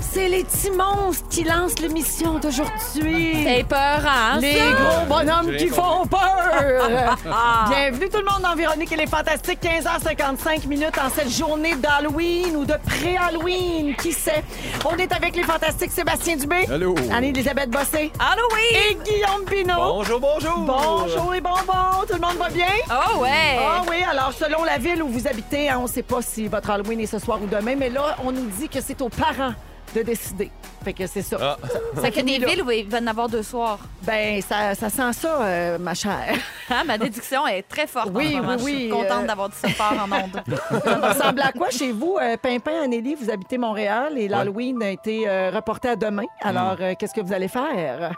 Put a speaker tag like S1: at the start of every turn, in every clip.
S1: C'est les petits monstres qui lancent l'émission d'aujourd'hui.
S2: C'est peur, hein?
S1: Les
S2: ça?
S1: gros bonhommes qui font peur.
S2: Ah.
S1: Bienvenue tout le monde dans Véronique et les Fantastiques. 15h55 minutes en cette journée d'Halloween ou de pré-Halloween. Qui sait? On est avec les Fantastiques Sébastien Dubé.
S3: Allô.
S1: Anne-Elisabeth Bossé.
S2: Allô, oui!
S1: Et Guillaume Pinot.
S3: Bonjour, bonjour.
S1: Bonjour les bonbons. Tout le monde va bien?
S2: Oh, ouais!
S1: Ah oui, alors selon la ville où vous habitez, hein, on ne sait pas si votre Halloween est ce soir ou demain, mais là, on nous dit que c'est aux parents de décider. Fait que c'est ça.
S3: Ah.
S1: Ça-
S2: Ça fait
S1: finit
S2: des
S1: là.
S2: villes où il va en avoir deux soirs.
S1: Ben, ça, ça sent ça, euh, ma chère.
S2: Hein, ma déduction est très forte.
S1: Oui,
S2: en ce moment.
S1: oui,
S2: Je suis
S1: oui,
S2: contente
S1: euh,
S2: d'avoir dit ce fort en ondes.
S1: Ça ressemble à quoi chez vous? Euh, Pimpin, Anneli, vous habitez Montréal et l'Halloween a été euh, reporté à demain. Alors,
S3: Mm.
S1: euh, qu'est-ce que vous allez faire?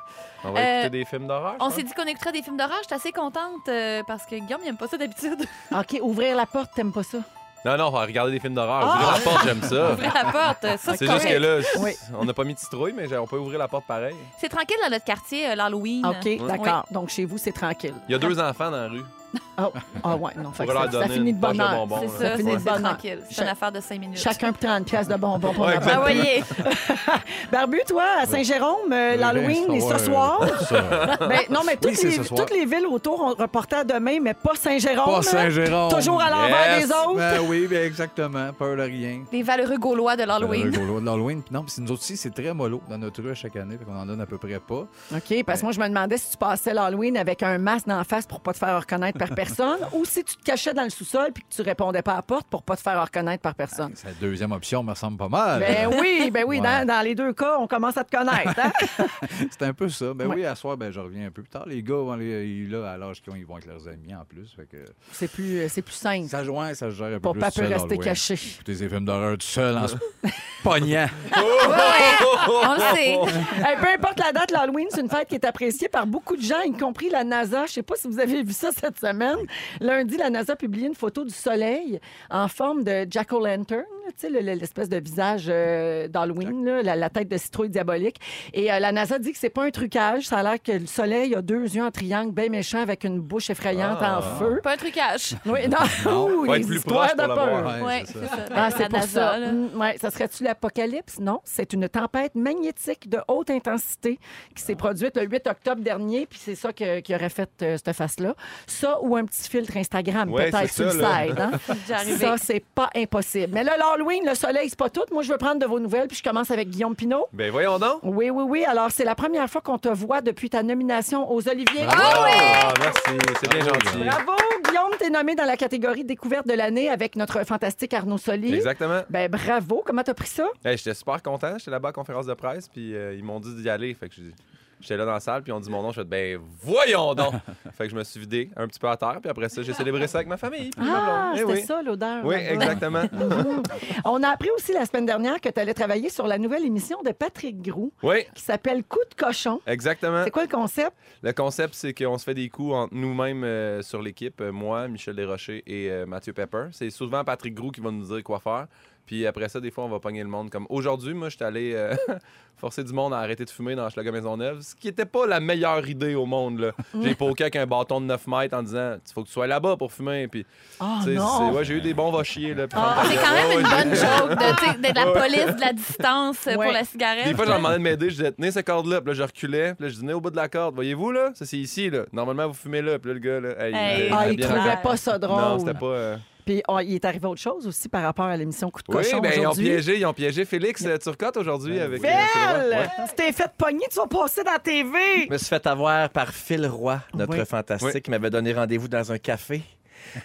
S3: On va
S2: Euh,
S3: écouter des films d'horreur.
S2: On
S3: je
S2: s'est dit qu'on écouterait des films d'horreur. Je suis assez contente euh, parce que Guillaume n'aime pas ça d'habitude.
S1: OK, ouvrir la porte, t'aimes pas ça?
S3: pense. Non, non, on va regarder des films d'horreur.
S1: Ah!
S3: Ouvrir la porte, j'aime ça.
S2: Ouvrir la porte, ça, c'est
S3: C'est juste que
S2: correct.
S3: là,
S1: Oui. Ah.
S3: on n'a pas mis de citrouille, mais on peut ouvrir la porte pareil.
S2: C'est tranquille dans notre quartier, euh, l'Halloween.
S1: OK, d'accord. Donc, chez vous, c'est tranquille.
S3: Il y a deux enfants dans la rue.
S1: Oh, ah ouais, non, fait
S3: On
S1: que ça,
S3: va leur
S1: ça
S3: donner
S1: finit de
S3: une poche
S1: bonne
S3: de
S1: heure.
S3: bonbons.
S2: C'est
S3: là.
S2: ça,
S1: finit de
S2: c'est
S1: bonne heure.
S2: tranquille. C'est une
S1: Cha-
S2: affaire de cinq minutes.
S1: Chacun 30 pièces de bonbons pour
S3: Ouais,
S1: notre
S2: Ah, voyez.
S1: Barbu, toi, à Saint-Jérôme, euh, l'Halloween est ce
S4: euh,
S1: soir. Ben, non, mais toutes,
S4: c'est
S1: les,
S4: ce soir.
S1: toutes les villes autour ont reporté à demain, mais pas Saint-Jérôme.
S4: Pas
S1: hein?
S4: Saint-Jérôme.
S1: Toujours à l'envers
S3: Yes.
S1: des autres.
S4: Ben oui, ben exactement. Peur de rien.
S2: Les valeureux Gaulois de l'Halloween.
S4: Peur de L'Halloween. L'Halloween, Euh, puis non, puis nous autres aussi, c'est très mollo dans notre rue à chaque année, fait qu'on en donne à peu près pas.
S1: OK, parce que moi, je me demandais si tu passais l'Halloween avec un masque d'en face pour pas te faire reconnaître par personne ou si tu te cachais dans le sous-sol puis que tu répondais pas à la porte pour pas te faire reconnaître par personne.
S4: C'est la deuxième option, me semble pas mal.
S1: Ben oui, ben oui,
S4: Ouais.
S1: dans, dans les deux cas, on commence à te connaître. hein?
S4: C'est un peu ça. Ben
S1: Ouais.
S4: oui, à soir, ben je reviens un peu plus tard. Les gars, vont aller- là, à l'âge qu'ils ont, ils vont avec leurs amis en plus, fait que...
S1: c'est plus, euh, c'est plus simple.
S4: Ça joint, ça se gère un peu
S1: Pour
S4: plus
S1: pas peu
S4: seul,
S1: rester
S4: Halloween.
S1: caché.
S4: Écouter des films d'horreur tout seul en se pognant.
S2: On le sait.
S1: Hey, peu importe la date, l'Halloween, c'est une fête qui est appréciée par beaucoup de gens, y compris la NASA. Je sais pas si vous avez vu ça cette semaine. Lundi, la NASA a publié une photo du soleil en forme de jack-o'-lantern, tu sais, le- le- l'espèce de visage euh, d'Halloween, là, la, la tête de citrouille diabolique. Et euh, la NASA dit que c'est pas un trucage. Ça a l'air que le soleil a deux yeux en triangle bien méchant avec une bouche effrayante en feu.
S2: Pas un trucage.
S1: Oui, non, Ouh,
S3: Ah. Faut
S1: les
S3: être plus
S1: histoires
S3: proche pour
S1: de
S3: l'avoir.
S1: peur.
S4: Ouais,
S2: Ouais,
S4: c'est ça.
S2: c'est ça.
S1: Ah, c'est
S2: La
S1: pour
S2: NASA,
S1: ça.
S2: là.
S1: Mm, ouais, ça serait-tu l'apocalypse? Non, c'est une tempête magnétique de haute intensité qui s'est produite le 8 octobre dernier, puis c'est ça que- qui aurait fait euh, cette face-là. Ça ou un petit filtre Instagram,
S3: Ouais,
S1: peut-être,
S3: c'est ça,
S1: suicide. hein?
S2: Déjà arrivé.
S1: Ça, c'est pas impossible. Mais là, l'Halloween, le soleil, c'est pas tout. Moi, je veux prendre de vos nouvelles, puis je commence avec Guillaume Pinault.
S3: Ben voyons donc.
S1: Oui, oui, oui. Alors, c'est la première fois qu'on te voit depuis ta nomination aux Oliviers.
S3: Ah, merci, c'est bien gentil.
S1: Bravo, Guillaume, t'es nommé dans la catégorie découverte de l'année avec notre fantastique Arnaud Soli.
S3: Exactement.
S1: Ben bravo, comment t'as pris ça?
S3: Hey, j'étais super content. J'étais là-bas à la conférence de presse, puis euh, ils m'ont dit d'y aller. Fait que j'ai- J'étais là dans la salle, puis on dit mon nom. Je fais ben voyons donc. fait que je me suis vidé un petit peu à terre, puis après ça, j'ai célébré ça avec ma famille. puis ma
S1: Ah,
S3: blonde. Eh
S1: c'était
S3: oui.
S1: ça l'odeur.
S3: Oui,
S1: là-bas.
S3: exactement.
S1: On a appris aussi la semaine dernière que tu allais travailler sur la nouvelle émission de Patrick Groux
S3: oui,
S1: qui s'appelle Coup de cochon.
S3: exactement.
S1: C'est quoi le concept?
S3: Le concept, c'est qu'on se fait des coups entre nous-mêmes euh, sur l'équipe, euh, moi, Michel Desrochers et euh, Mathieu Pepper. C'est souvent Patrick Groux qui va nous dire quoi faire. Puis après ça, des fois, on va pogner le monde. Comme aujourd'hui, moi, j'étais allé euh, forcer du monde à arrêter de fumer dans Maison Maisonneuve, ce qui n'était pas la meilleure idée au monde. là. J'ai poké avec un bâton de 9 mètres en disant « Il faut que tu sois là-bas pour fumer. » Puis,
S1: Oh
S3: tu sais,
S1: non!
S3: c'est- ouais, j'ai eu des bons va chier. Là, puis-
S2: Ah, C'est quand même une
S3: Ouais, ouais,
S2: bonne
S3: j'ai-
S2: joke de, tu sais, de la police, de la distance euh,
S1: Ouais.
S2: pour la cigarette.
S3: Des fois,
S1: Hein?
S3: j'en demandais de m'aider. Je disais, tenez cette corde-là. Puis là, je reculais. Puis là, je disais, au bout de la corde, voyez-vous, là, ça c'est ici, là. Normalement, vous fumez là. Puis là, le gars, là, hey,
S2: Hey.
S3: il
S1: Ah,
S3: avait
S1: il
S3: bien
S1: trouvait
S3: raison.
S1: pas ça drôle.
S3: Non, c'était pas. euh,
S1: Puis oh, il est arrivé autre chose aussi par rapport à l'émission Coup de
S3: Oui,
S1: cochon
S3: ben, ils ont
S1: aujourd'hui.
S3: piégé, ils ont piégé Félix euh, Turcotte aujourd'hui avec. euh, c'est le
S1: Belle!
S3: roi. Ouais.
S1: Tu t'es fait pogner, tu vas passer dans la TV!
S5: Je me suis fait avoir par Phil Roy, notre
S1: Oui.
S5: fantastique,
S3: Oui.
S5: qui m'avait donné rendez-vous dans un café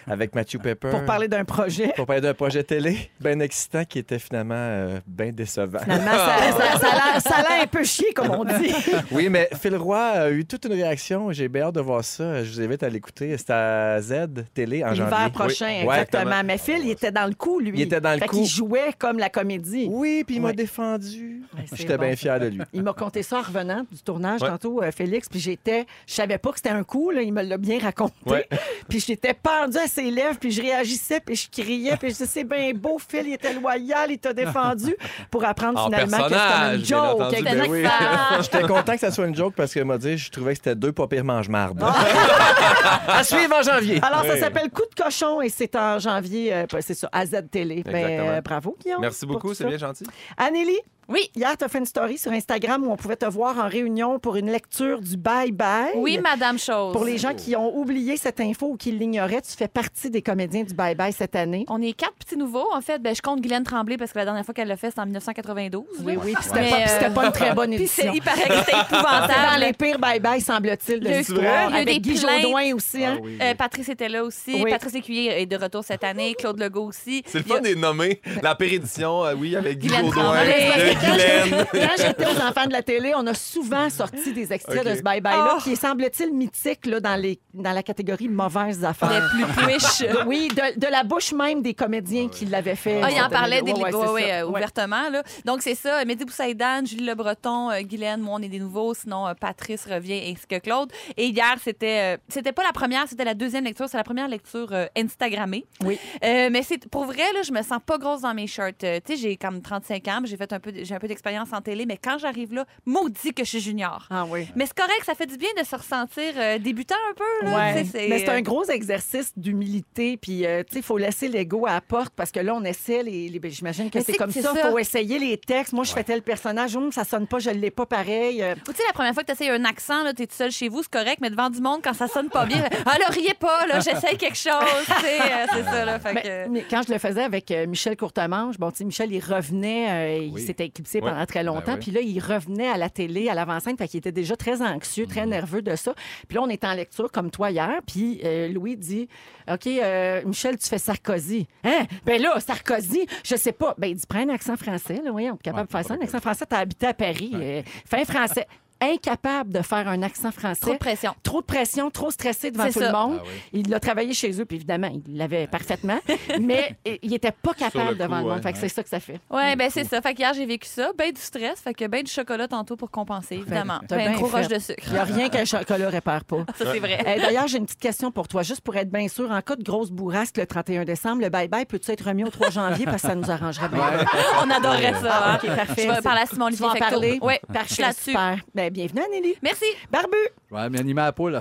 S5: avec Matthew Pepper.
S3: euh,
S1: Pour parler d'un projet.
S5: Pour parler d'un projet télé bien excitant qui était finalement euh, bien décevant.
S1: Finalement, ça, ça- ça l'a- ça l'a un peu chier, comme on dit.
S5: Oui, mais Phil Roy a eu toute une réaction. J'ai bien hâte de voir ça. Je vous invite à l'écouter. C'était à Z Télé
S3: Ah,
S5: en janvier.
S1: L'hiver prochain,
S5: Oui. Ouais.
S1: exactement. Mais Phil, il était dans le coup, lui.
S5: Il était dans le
S1: Fait
S5: coup.
S1: qu'il jouait comme la comédie.
S5: Oui, puis il m'a
S1: Ouais.
S5: défendu.
S1: Ouais, c'est
S5: J'étais
S1: bon.
S5: bien fier de lui.
S1: Il m'a conté ça en revenant du tournage
S3: Ouais.
S1: tantôt, euh, Félix, puis j'étais, je savais pas que c'était un coup, là, il me l'a bien raconté.
S3: Ouais.
S1: Puis j'étais pendue à ses lèvres, puis je réagissais, puis je criais, puis je disais c'est bien beau, Phil, il était loyal, il t'a défendu, pour apprendre
S3: En
S1: finalement que
S3: personnage,
S1: c'était
S3: bien
S1: un joke.
S3: entendu,
S1: Exact-
S3: ben
S2: Tellement
S3: oui.
S2: que ça-
S5: J'étais content que ça soit une joke parce qu'elle m'a dit je trouvais que c'était deux pas pires mange-marde.
S1: Ah.
S5: à suivre en janvier.
S1: Alors ça
S3: Oui.
S1: s'appelle Coup de cochon et c'est en janvier, euh, c'est ça, à Z Télé. Ben,
S3: Exactement.
S1: euh, bravo Guillaume.
S3: Merci
S1: pour
S3: beaucoup,
S1: tout
S3: c'est
S1: ça.
S3: bien gentil.
S1: Anélie,
S2: Oui.
S1: Hier, tu as fait une story sur Instagram où on pouvait te voir en réunion pour une lecture du Bye Bye.
S2: Oui, Madame Chose.
S1: Pour les gens qui ont oublié cette info ou qui l'ignoraient, tu fais partie des comédiens du Bye Bye cette année.
S2: On est quatre petits nouveaux. En fait, ben, je compte Guylaine Tremblay parce que la dernière fois qu'elle l'a fait, c'était en 1992.
S1: Oui, oui, puis
S2: Mais,
S1: c'était pas, puis c'était pas une très bonne
S2: Puis c'est-
S1: édition.
S2: il paraît que c'était
S1: C'est dans
S2: épouvantable.
S1: les
S3: Ah
S1: pires bye-bye, semble-t-il, de
S2: Le-
S1: l'histoire.
S2: Il y a eu
S1: Avec
S2: des
S1: Guy
S2: plaintes.
S1: Jodoin aussi. hein.
S2: Euh, Patrice était là aussi.
S1: Oui.
S2: Patrice Écuyer est de retour cette année. Claude Legault aussi.
S3: C'est le
S2: Il y a-
S3: fun des nommés. La pérédition, euh, oui, avec Guy
S2: Guylaine
S3: Baudouin,
S2: Tremblay.
S3: Guylaine.
S1: Quand j'étais aux enfants de la télé, on a souvent sorti des extraits
S3: Ok.
S1: de ce bye-bye-là,
S2: Oh.
S1: qui est, semble-t-il, mythique là, dans, les, dans la catégorie mauvaises
S2: les
S1: affaires.
S2: plus puiches.
S1: De- oui, de, de la bouche même des comédiens qui l'avaient fait.
S2: Ah, il en parlait
S1: Ouais,
S2: des
S1: ouais, c'est
S2: ouais, ouais,
S1: ça.
S2: euh,
S1: Ouais.
S2: ouvertement. Là. Donc, c'est ça. Mehdi Boussaïdan, Julie Le Breton, euh, Guylaine, moi, on est des nouveaux. Sinon, euh, Patrice revient ainsi que Claude. Et hier, c'était euh, c'était pas la première, c'était la deuxième lecture. C'est la première lecture euh, Instagrammée.
S1: Oui.
S2: Euh, mais c'est pour vrai, là, je me sens pas grosse dans mes shirts. Euh, tu sais, j'ai comme 35 ans, puis j'ai fait un peu, j'ai un peu d'expérience en télé, mais quand j'arrive là, maudit que je suis junior.
S1: Ah oui.
S2: Mais c'est correct, ça fait du bien de se ressentir euh, débutant un peu. Là,
S1: Ouais.
S2: Tu sais, euh,
S1: Mais c'est un gros exercice d'humilité. Puis, euh, tu sais, il faut laisser l'ego à la porte parce que là, on essaie les. les- ben, J'imagine que
S2: Mais
S1: c'est
S2: c'est-
S1: comme
S2: c'est
S1: ça. Il
S2: ça.
S1: faut essayer les textes. Moi, je fais tel personnage. Hum, ça sonne pas, je l'ai pas pareil. Euh,
S2: Ou tu sais, la première fois que tu essayes un accent, là, t'es tout seul chez vous, c'est correct, mais devant du monde, quand ça sonne pas bien, ah là, riez pas, là, j'essaye quelque chose, tu sais, euh, c'est ça, là. Fait que,
S1: Mais, mais quand je le faisais avec euh, Michel Courtemanche, bon, tu sais, Michel, il revenait, euh, il
S4: Oui.
S1: s'était éclipsé
S3: Ouais.
S1: pendant très longtemps,
S4: Ben oui.
S1: puis là, il revenait à la télé, à l'avant-scène, fait qu'il était déjà très anxieux,
S4: Mhm.
S1: très nerveux de ça. Puis là, on était en lecture, comme toi hier, puis euh, Louis dit, OK, euh, Michel, tu fais Sarkozy. Hein? Ben là, Sarkozy, je sais pas. Ben, il dit, prends un accent français, là, voyons, t'es capable de faire ça, un accent français, t'as habité à Paris, euh, fais un français. Incapable de faire un accent français
S2: trop de pression.
S1: trop de pression, trop stressé devant
S2: C'est
S1: tout le
S2: ça.
S1: monde.
S4: Ah oui.
S1: Il l'a travaillé chez eux, puis évidemment, il l'avait parfaitement, mais il n'était pas capable
S3: le coup,
S1: devant le monde.
S3: ouais.
S1: Fait que c'est ça que ça fait.
S2: Ouais, ben c'est ça. Fait qu'hier, j'ai vécu ça. Ben du stress, fait que ben du chocolat tantôt pour compenser, évidemment.
S1: t'as
S2: Ben,
S1: bien
S2: gros
S1: fait.
S2: roche de sucre.
S1: Il n'y a rien qu'un chocolat répare pas.
S2: Ça, c'est vrai.
S1: Euh, D'ailleurs, j'ai une petite question pour toi, juste pour être bien sûr. En cas de grosse bourrasque le 31 décembre, le bye-bye peut-tu être remis au 3 janvier parce que ça nous arrangerait bien?
S2: On adorerait ça. hein.
S1: OK, parfait.
S2: Je vais parler à Simon
S1: Tu vas en
S2: Olivier Fecteau.
S1: parler?
S2: Ouais, je suis
S1: Parfait,
S2: là-dessus.
S1: super. Ben, bienvenue, Anneli.
S2: Merci.
S1: Barbu!
S4: Je vais animer à la poule.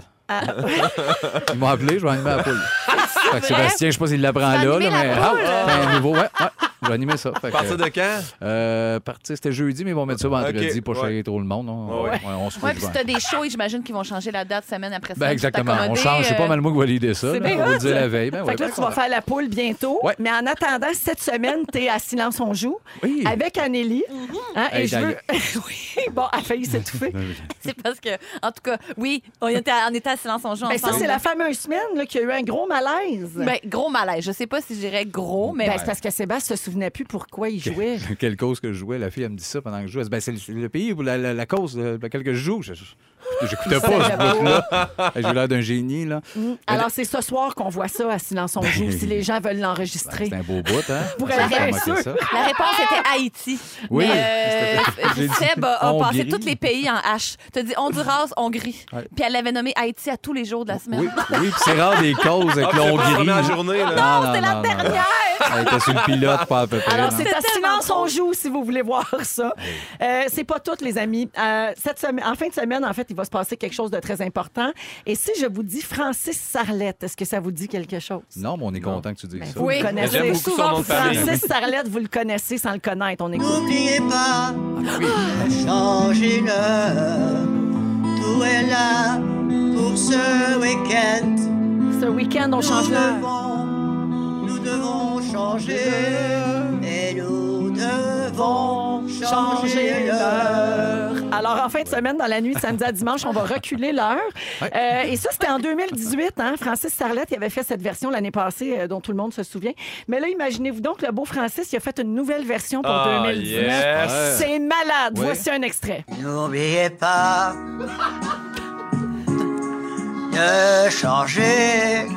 S4: Ils m'ont appelé, je vais animer à la poule. Fait que Sébastien, je sais pas s'il l'apprend
S2: Tu vas
S4: là, là,
S2: animer la
S4: mais ah,
S2: poule?
S4: ben, un nouveau, ouais, ouais, je vais animer ça. Fait
S3: À
S4: que,
S3: partir de quand? Ah,
S4: euh, partir, c'était jeudi, mais ils vont mettre ça vendredi
S3: Ok,
S4: pour
S3: ouais.
S4: choyer trop le monde. On,
S3: Ouais.
S4: ouais, on se
S2: Ouais,
S4: couche
S2: puis si
S4: bien.
S2: t'as des shows, j'imagine qu'ils vont changer la date semaine après semaine.
S4: Ben
S2: pour
S4: exactement, on
S2: t'accommoder,
S4: change, c'est
S2: euh,
S4: pas mal moi qui valide ça.
S1: c'est
S4: Là,
S1: bien
S4: on va
S1: hot,
S4: le dire
S1: ça.
S4: la veille. Ben, ouais,
S1: fait que là,
S4: ben,
S1: tu vas faire la poule bientôt.
S4: Ouais.
S1: Mais en attendant, cette semaine, tu es à Silence on joue
S4: Oui.
S1: avec Anneli. Hein, et
S4: Hey,
S1: je veux... oui, bon, elle a failli s'étouffer.
S2: C'est parce que, en tout cas, oui, on était à, on était à silence en jeu
S1: Mais Ben, ça,
S2: ensemble.
S1: c'est la fameuse semaine là, qui a eu un gros malaise.
S2: Ben, gros malaise. Je sais pas si je dirais gros, mais
S1: Ben, c'est parce que Sébastien se souvenait plus pourquoi il jouait.
S4: Quelle cause que je jouais, la fille, elle me dit ça pendant que je jouais. Elle dit, Ben, c'est le, le pays ou la, la- la cause de laquelle que je joue. Je- je- J'écoutais pas ce bout-là. Hey, J'ai l'air d'un génie, là. Ben
S1: Alors, c'est ce soir qu'on voit ça à Silence on joue, si les gens veulent l'enregistrer.
S4: C'est un beau bout, hein?
S1: Pour
S4: Je sais pas
S1: aller
S4: comment
S1: sûr.
S4: c'est ça.
S2: la réponse était Haïti.
S4: Oui,
S2: Mais, euh,
S4: J'ai dit
S2: Seb a, a passé
S4: Hongrie.
S2: tous les pays en H. T'as dit Honduras, Hongrie.
S4: Ouais.
S2: Puis elle l'avait nommé Haïti à tous les jours de la semaine.
S4: Oui, oui, puis c'est rare des causes avec
S3: Ah, c'est pas la
S4: l'Hongrie.
S3: première journée, là.
S4: Non,
S2: c'est la dernière.
S4: Elle était sur le pilote, pas à peu près.
S1: Alors,
S4: non.
S1: c'est à
S2: C'est tellement
S1: Silence on joue si vous voulez voir ça. Euh, c'est pas tout, les amis. Euh, cette semaine, en fin de semaine, en fait, il va se passer quelque chose de très important. Et si je vous dis Francis Sarlette, est-ce que ça vous dit quelque chose?
S4: Non, mais on est content que tu
S2: Ben
S4: dises ça.
S1: Vous le connaissez.
S3: J'aime beaucoup son nom de famille.
S1: Francis Sarlette, vous le connaissez sans le connaître. On écoute.
S6: N'oubliez pas, changez l'heure. Tout est là pour ce week-end.
S1: Ce week-end, on change
S6: nous
S1: l'heure.
S6: devons, nous devons changer. Et nous devons changer l'heure.
S1: Alors, en fin de semaine, dans la nuit de samedi à dimanche, on va reculer l'heure. Euh, et ça, c'était en 2018. Hein? Francis Sarlette, il avait fait cette version l'année passée euh, dont tout le monde se souvient. Mais là, imaginez-vous donc, le beau Francis, il a fait une nouvelle version pour
S3: Ah,
S1: 2019.
S3: yes.
S1: C'est malade.
S4: Ouais.
S1: Voici un extrait.
S6: N'oubliez pas de changer,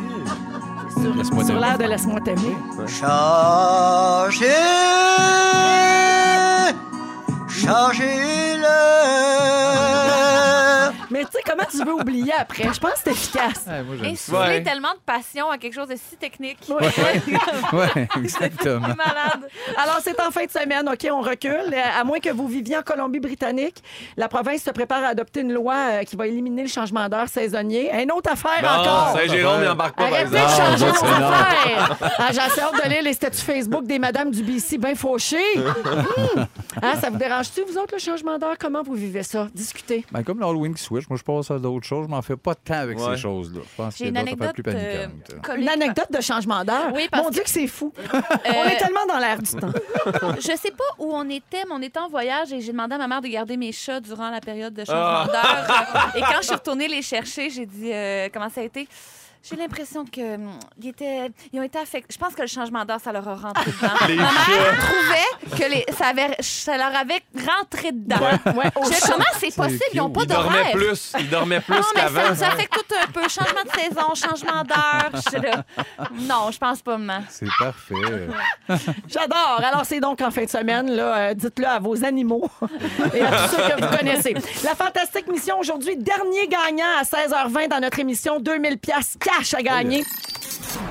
S4: Laisse-moi
S1: Sur
S4: te-
S1: l'air de Laisse-moi t'aimer.
S6: changer, changer l'heure.
S1: Mais tu sais, comment tu veux oublier après. Je pense que c'est efficace.
S4: Ouais, moi, j'aime ça.
S2: Insuffler
S3: Ouais.
S2: tellement de passion à quelque chose de si technique.
S4: Ouais, exactement.
S2: Malade.
S1: Alors, c'est en fin de semaine, OK, on recule. Euh, À moins que vous viviez en Colombie-Britannique, la province se prépare à adopter une loi euh, qui va éliminer le changement d'heure saisonnier. Une autre affaire encore.
S3: Saint-Jérôme, il embarque pas, par
S1: Arrêtez de
S3: exemple.
S1: changer
S4: Non,
S1: vos
S4: c'est non.
S1: affaires! Ah, J'ai assez hâte de lire les statuts Facebook des madames du BC bien fauchées. Hum. Hein, ça vous dérange-tu, vous autres, le changement d'heure? Comment vous vivez ça? Discutez.
S4: Ben, comme l'Halloween qui switch, moi, je passe à d'autres choses. Je m'en fais pas tant avec
S3: Ouais.
S4: ces choses-là. Je pense qu'il
S2: J'ai
S4: y a
S2: une
S4: d'autres affaires
S2: anecdote
S4: plus
S2: euh,
S4: paniquantes.
S1: Une
S2: comique.
S1: anecdote de changement d'heure.
S2: Oui, parce
S1: Mon
S2: que-
S1: Dieu que c'est fou.
S2: Euh,
S1: On est tellement dans l'air du temps.
S2: Je sais pas où on était, mais on était en voyage et j'ai demandé à ma mère de garder mes chats durant la période de changement d'heure. et quand je suis retournée les chercher, j'ai dit euh, comment ça a été. J'ai l'impression que hum, ils étaient, ils ont été affectés. Je pense que le changement d'heure, ça leur a rentré dedans. ma mère trouvait que les, ça, avait, ça leur avait rentré dedans.
S1: Ouais, au
S2: Je sais
S1: chaud.
S2: comment c'est possible,
S4: cute.
S2: ils n'ont pas
S3: Il dormait
S2: d'horaire. Ah
S3: plus. Il dormait
S2: Non,
S3: plus
S2: mais
S3: qu'avant.
S2: ça, ça affecte tout un peu. Changement de saison, changement d'heure. Je suis là, Non, je pense pas, maman.
S4: C'est parfait.
S1: J'adore. Alors, c'est donc en fin de semaine. là, euh, Dites-le à vos animaux et à tous ceux que vous connaissez. La fantastique mission aujourd'hui, dernier gagnant à 16h20 dans notre émission. 2000 pièces cash à gagner.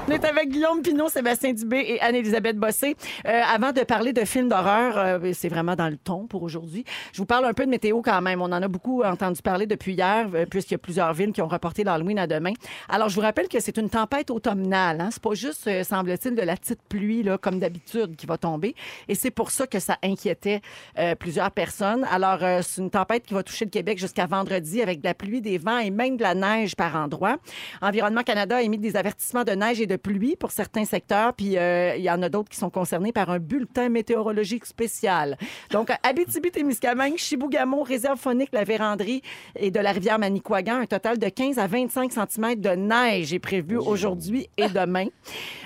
S1: On est avec Guillaume Pinot, Sébastien Dubé et Anne-Élisabeth Bossé. Euh, avant de parler de films d'horreur, euh, c'est vraiment dans le ton pour aujourd'hui. Je vous parle un peu de météo quand même. On en a beaucoup entendu parler depuis hier, euh, puisqu'il y a plusieurs villes qui ont reporté l'Halloween à demain. Alors, je vous rappelle que c'est une tempête automnale. Hein? C'est pas juste, euh, semble-t-il, de la petite pluie, là, comme d'habitude, qui va tomber. Et c'est pour ça que ça inquiétait euh, plusieurs personnes. Alors, euh, c'est une tempête qui va toucher le Québec jusqu'à vendredi avec de la pluie, des vents et même de la neige par endroits. Environnement Canada a émis des avertissements de neige et de pluie pour certains secteurs, puis euh, il y en a d'autres qui sont concernés par un bulletin météorologique spécial. Donc, à Abitibi-Témiscamingue, Chibougamau, Réserve phonique, la Véranderie et de la rivière Manicouagan, un total de 15 à 25 cm de neige est prévu aujourd'hui et demain.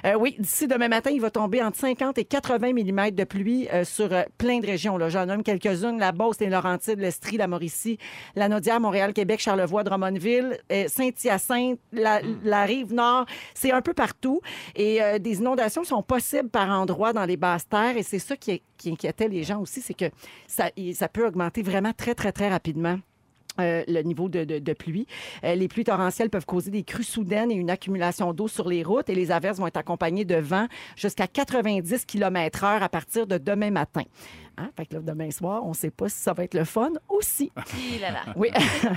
S1: Euh, oui, d'ici demain matin, il va tomber entre 50 et 80 mm de pluie euh, sur euh, plein de régions. là. J'en nomme quelques-unes. La Beauce, les Laurentides, l'Estrie, la Mauricie, la Naudière, Montréal, Québec, Charlevoix, Drummondville, euh, Saint-Hyacinthe, la, la Rive-Nord. C'est un peu partout. Et euh, des inondations sont possibles par endroits dans les basses terres. Et c'est ça qui, est- qui inquiétait les gens aussi, c'est que ça, il- ça peut augmenter vraiment très, très, très rapidement. euh, le niveau de, de- de pluie. Euh, les pluies torrentielles peuvent causer des crues soudaines et une accumulation d'eau sur les routes et les averses vont être accompagnées de vents jusqu'à 90 km/h à partir de demain matin. Hein? Fait que là, demain soir, on ne sait pas si ça va être le fun aussi.
S2: Hi là là.
S1: Oui.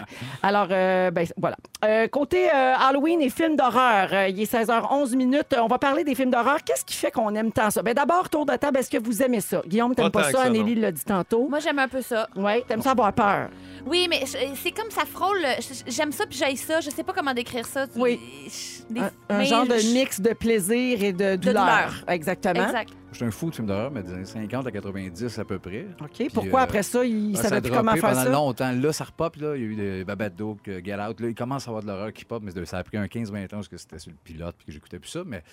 S1: Alors, euh, ben, voilà. Euh, côté euh, Halloween et films d'horreur, euh, il est 16h11 minutes. Euh, On va parler des films d'horreur. Qu'est-ce qui fait qu'on aime tant ça? Ben, D'abord, tour de table, est-ce que vous aimez ça? Guillaume, t'aimes
S3: Pas
S1: pas,
S3: tant que
S1: ça?
S3: ça, non.
S1: Anélie l'a dit tantôt.
S2: Moi, j'aime un peu ça.
S1: Oui, t'aimes ça avoir peur.
S2: Oui, mais je- c'est comme ça frôle. je- J'aime ça puis j'aille ça. Je sais pas comment décrire ça.
S1: Oui.
S2: Des-
S1: Un, un
S2: mais
S1: genre de
S2: je-
S1: mix de plaisir et de douleur.
S2: douleur.
S1: Exactement.
S2: Exact.
S4: Je suis un fou de film d'horreur, mais des 50 à 90 à peu près.
S1: OK. Pourquoi
S4: euh,
S1: après ça, il
S4: Ah,
S1: savait
S4: a
S1: plus
S4: droppé
S1: comment faire
S4: pendant
S1: ça?
S4: longtemps. Là, ça repop. Là. Il y a eu des Babadook, euh, Get Out. Là, il commence à avoir de l'horreur qui pop, mais ça a pris un 15-20 ans parce que c'était sur le pilote puis que j'écoutais plus ça. Mais,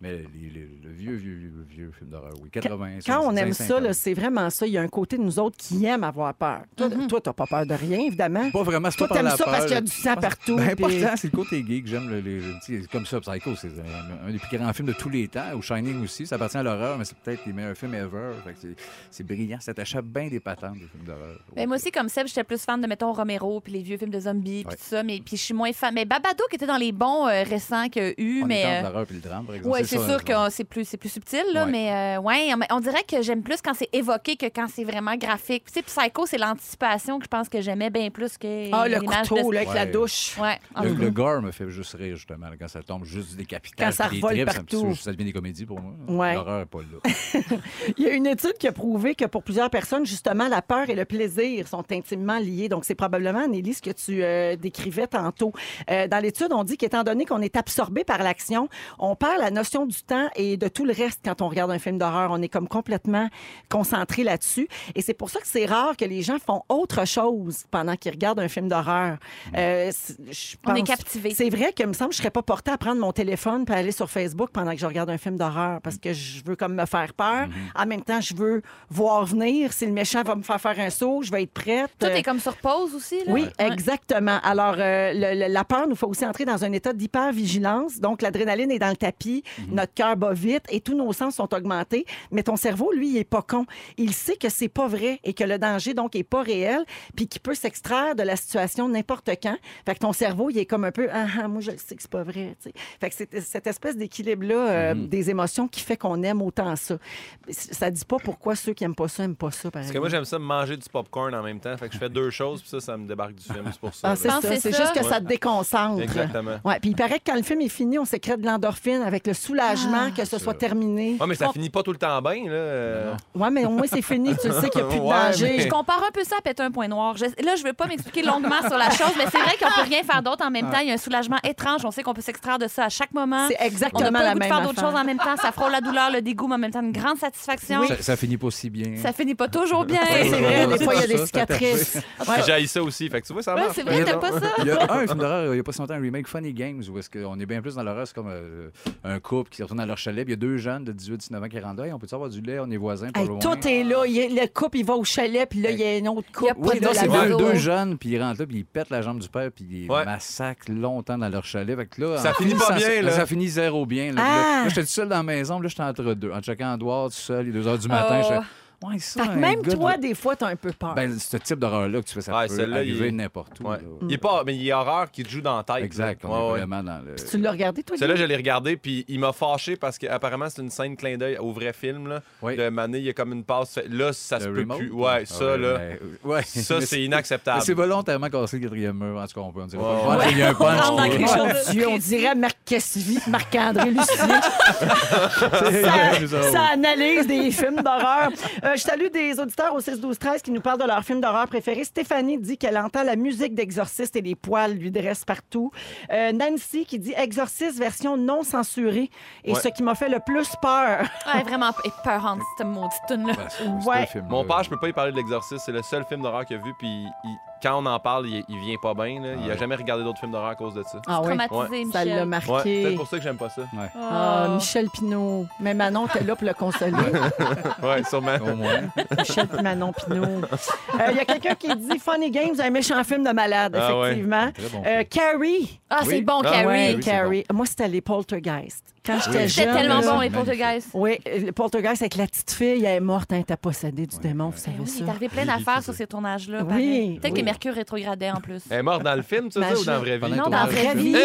S4: mais les- les- le vieux, vieux, vieux, vieux film d'horreur, oui. 80,
S1: Quand on
S4: 70,
S1: aime ça,
S4: 50.
S1: là, c'est vraiment ça. Il y a un côté de nous autres qui aime avoir peur. Toi,
S2: Mm-hmm.
S1: toi, t'as pas peur de rien, évidemment.
S4: Pas vraiment, c'est
S1: Toi,
S4: pas par
S1: t'aimes
S4: la
S1: ça parce
S4: peur,
S1: qu'il y a
S4: là.
S1: du sang partout.
S4: Ben,
S1: puis- euh,
S4: important, c'est le côté gay que j'aime. le- le- le- tu sais, Comme ça, Psycho, c'est un, un des plus grands films de tous les temps. Ou Shining aussi, ça appartient à l'horreur, mais c'est peut-être les meilleurs films ever. Fait que c'est- C'est brillant, ça t'achète bien des patentes, des films d'horreur.
S2: Ben, moi aussi, comme Seb, j'étais plus fan de, mettons, Romero puis les vieux films de zombies puis
S4: Ouais.
S2: tout ça. Mais puis je suis moins fan. Mais Babado qui était dans les bons euh, récents qu'il y a eu.
S4: On est
S2: mais.
S4: entre
S2: euh,
S4: l'horreur puis le drame, par exemple.
S2: Ouais, c'est
S4: ça,
S2: sûr
S4: je
S2: que
S4: pense.
S2: euh, c'est plus, c'est plus subtil, là,
S4: Ouais.
S2: mais euh, ouais, on- on dirait que j'aime plus quand c'est évoqué que quand c'est vraiment graphique. Puis, tu sais, Psycho, c'est l'anticipation que je pense que j'aimais bien plus que
S1: Ah, le
S2: l'image
S1: couteau
S2: de...
S1: là, avec la
S4: Ouais.
S1: douche.
S2: Ouais, en
S4: Le,
S2: tout
S4: le gore me fait juste rire, justement, là, quand ça tombe juste du décapitage.
S1: Quand ça
S4: puis des
S1: revole
S4: tripes, c'est un petit-
S1: partout.
S4: Ça devient des comédies pour moi.
S1: Ouais.
S4: L'horreur n'est pas là.
S1: Il y a une étude qui a prouvé que pour plusieurs personnes, justement, la peur et le plaisir sont intimement liés. Donc, c'est probablement, Anneli, ce que tu euh, décrivais tantôt. Euh, dans l'étude, on dit qu'étant donné qu'on est absorbé par l'action, on perd la notion du temps et de tout le reste quand on regarde un film d'horreur. On est comme complètement concentré là-dessus. Et c'est pour ça que c'est rare que les gens font autre chose pendant qu'ils regardent un film d'horreur. Euh, c'est- je
S2: On est
S1: pense-
S2: captivé.
S1: C'est vrai que, me semble, je serais pas portée à prendre mon téléphone puis à aller sur Facebook pendant que je regarde un film d'horreur parce que je veux comme comme me faire peur. En même temps, je veux voir venir. Si le méchant va me faire faire un saut, je vais être prête.
S2: Tout est comme sur pause aussi. Là.
S1: Oui,
S2: Ouais.
S1: exactement. Alors, euh, le- le- la peur nous fait aussi entrer dans un état d'hypervigilance. Donc, l'adrénaline est dans le tapis, notre cœur bat vite et tous nos sens sont augmentés. Mais ton cerveau, lui, il est pas con. Il sait que c'est pas vrai et que le danger, donc, est pas réel puis qu'il peut s'extraire de la situation n'importe quand. Fait que ton cerveau, il est comme un peu, ah, ah, moi, je le sais que c'est pas vrai. tu sais. Fait que c'est cette espèce d'équilibre-là euh, des émotions qui fait qu'on aime autant ça. Ça dit pas pourquoi ceux qui aiment pas ça aiment pas ça, par
S3: Parce que
S1: exemple.
S3: moi, j'aime ça manger du popcorn en même temps. Fait que je fais deux choses, puis ça, ça me débarque du film. C'est pour ça.
S1: Ah,
S3: là.
S1: c'est
S2: Non,
S1: ça.
S2: c'est
S1: C'est
S2: ça.
S1: juste que ça te déconcentre.
S3: Exactement.
S1: Ouais, puis il paraît que quand le film est fini, on sécrète de l'endorphine avec le soulagement que ce soit terminé.
S3: Ouais, Ah, mais ça
S2: On-
S3: finit pas tout le temps bien, là. euh.
S1: Ouais, mais au moins c'est fini, tu le sais qu'il n'y a plus de
S3: Ouais,
S1: danger.
S3: mais-
S2: Je compare un peu ça à péter un point noir. Je- là, je ne vais pas m'expliquer longuement sur la chose, mais c'est vrai qu'on peut rien faire d'autre en même temps. Il y a un soulagement étrange. On sait qu'on peut s'extraire de ça à chaque moment.
S1: C'est
S2: On n'a
S1: exactement
S2: pas
S1: la
S2: le goût de
S1: même
S2: faire d'autres
S1: affaire.
S2: choses en même temps. Ça frôle la douleur, le dégoût, mais en même temps une grande satisfaction.
S4: Ça, ça finit pas aussi bien.
S2: Ça finit pas toujours bien.
S1: Ouais, c'est vrai, des
S4: C'est
S1: fois il y a
S4: ça,
S1: des
S4: c'est
S1: cicatrices.
S3: Puis J'haïs ça aussi. Fait que tu vois, ça
S2: Ouais,
S3: marche.
S2: c'est vrai, t'as pas ça.
S4: Il y a un film d'horreur, il n'y a pas si longtemps, un remake Funny Games, où est-ce qu'on est bien plus dans l'horreur. C'est comme euh, un couple qui se retourne à leur chalet, puis il y a deux jeunes de 18, 19 ans qui rentrent. Hey, on peut-tu avoir du lait? On est voisins, pas
S1: Hey,
S4: loin.
S1: tout est là. Il y a- le couple, il va au chalet, puis là, il y a une autre
S2: Il y a
S1: couple.
S2: pas
S4: Oui,
S2: de
S4: non, c'est
S2: la
S4: deux,
S2: vidéo.
S4: deux jeunes, puis ils rentrent là, puis ils pètent la jambe du père, puis ils
S3: Ouais.
S4: massacrent longtemps dans leur chalet. Fait que là,
S3: Ça
S4: en
S3: finit pas
S4: finissant-
S3: bien, là.
S4: Ça finit zéro bien. Là,
S1: Ah!
S4: Puis là, là, j'étais tout seul dans la maison, puis là, j'étais entre deux. En checkant Edouard, tout seul, il est 2 h du matin.
S2: Oh.
S4: je fais, Ouais, ça,
S1: Fait que
S4: un
S1: même
S4: gars de-
S1: toi, des fois, t'as un peu peur.
S4: Oh Ben, ce type d'horreur-là que tu fais, ça
S3: Ouais,
S4: peut
S3: celle-là, il
S4: arriver
S3: est-
S4: n'importe où.
S3: Ouais.
S4: là.
S3: Il est pas. Mais il est horreur qui te joue dans la tête.
S4: Exact,
S3: là.
S4: on
S3: Ouais,
S4: est
S3: ouais.
S4: vraiment dans le...
S1: tu l'as regardé, toi,
S3: Celui-là,
S1: Guy?
S3: je l'ai regardé, puis il m'a fâché parce qu'apparemment, c'est une scène clin d'œil au vrai film. Là.
S4: Oui.
S3: De Mané, il y a comme une passe. fait- Là, ça se
S4: Le
S3: peut
S4: remote,
S3: plus.
S4: hein?
S3: Ah Ouais, ça, là.
S4: ben, ouais.
S3: Ça,
S4: Mais
S3: c'est
S4: mais
S3: inacceptable.
S4: C'est volontairement cassé le quatrième mur, en tout cas, on peut en dire.
S3: Ouais.
S4: On peut dire, Il y a un punch.
S2: rentre dans quelque
S4: Ouais.
S2: chose.
S1: Mon Dieu, on dirait Marc Cassivi, Marc-André Lucier. ça, ça analyse des films d'horreur. Euh, je salue des auditeurs au 6-12-13 qui nous parlent de leurs films d'horreur préférés. Stéphanie dit qu'elle entend la musique d'Exorciste et les poils lui dressent partout. Euh, Nancy qui dit Exorciste version non censurée. Et
S3: Ouais.
S1: ce qui m'a fait le plus peur.
S2: Ouais, vraiment épeurante, cette maudite toune là
S4: Ouais, c'est- c'est
S1: Ouais.
S4: un film,
S3: Mon
S4: là.
S3: père, je peux pas y parler de l'exorciste. C'est le seul film d'horreur qu'il a vu, puis il- quand on en parle, il, il vient pas bien. là. Il a jamais regardé d'autres films d'horreur à cause de ça.
S1: Ah
S2: Traumatisée,
S1: Ça l'a
S2: Michel.
S3: Ouais, c'est
S1: marqué.
S3: peut-être pour ça que j'aime pas ça.
S1: Ah,
S2: Oh.
S1: Michel Pinault. Mais Manon était là pour le consoler.
S3: Ouais, sûrement.
S4: Au moins.
S1: Michel puis Manon Pinot. Il y a quelqu'un qui dit Funny Games, un méchant film de malade,
S3: Ah ouais.
S1: effectivement.
S4: Très bon
S1: Euh,
S4: film.
S1: Carrie.
S2: Ah, c'est
S4: Oui.
S2: bon,
S3: Ah,
S2: Carrie.
S1: Ouais,
S4: oui, c'est
S1: Carrie. Moi, c'était les Poltergeist. Quand j'étais jeune.
S4: oui.
S2: C'était
S1: là,
S2: tellement bon, les
S4: Magnifique.
S2: Poltergeists.
S1: Oui, euh, le Poltergeist avec la petite fille, elle est morte, hein, elle était possédée du démon, vous
S2: Ben
S1: savez
S2: oui,
S1: ça.
S2: il est arrivé plein d'affaires sur ces tournages-là.
S1: Oui.
S2: pareil. Peut-être
S4: Oui.
S2: que Mercure rétrogradait en plus.
S3: Elle est morte dans le film, tu sais,
S1: Imagine.
S3: ou dans la vraie vie?
S4: Pendant
S2: Non, dans
S4: le
S2: la Oh.
S4: tournage,
S2: vraie
S4: là.
S2: vie.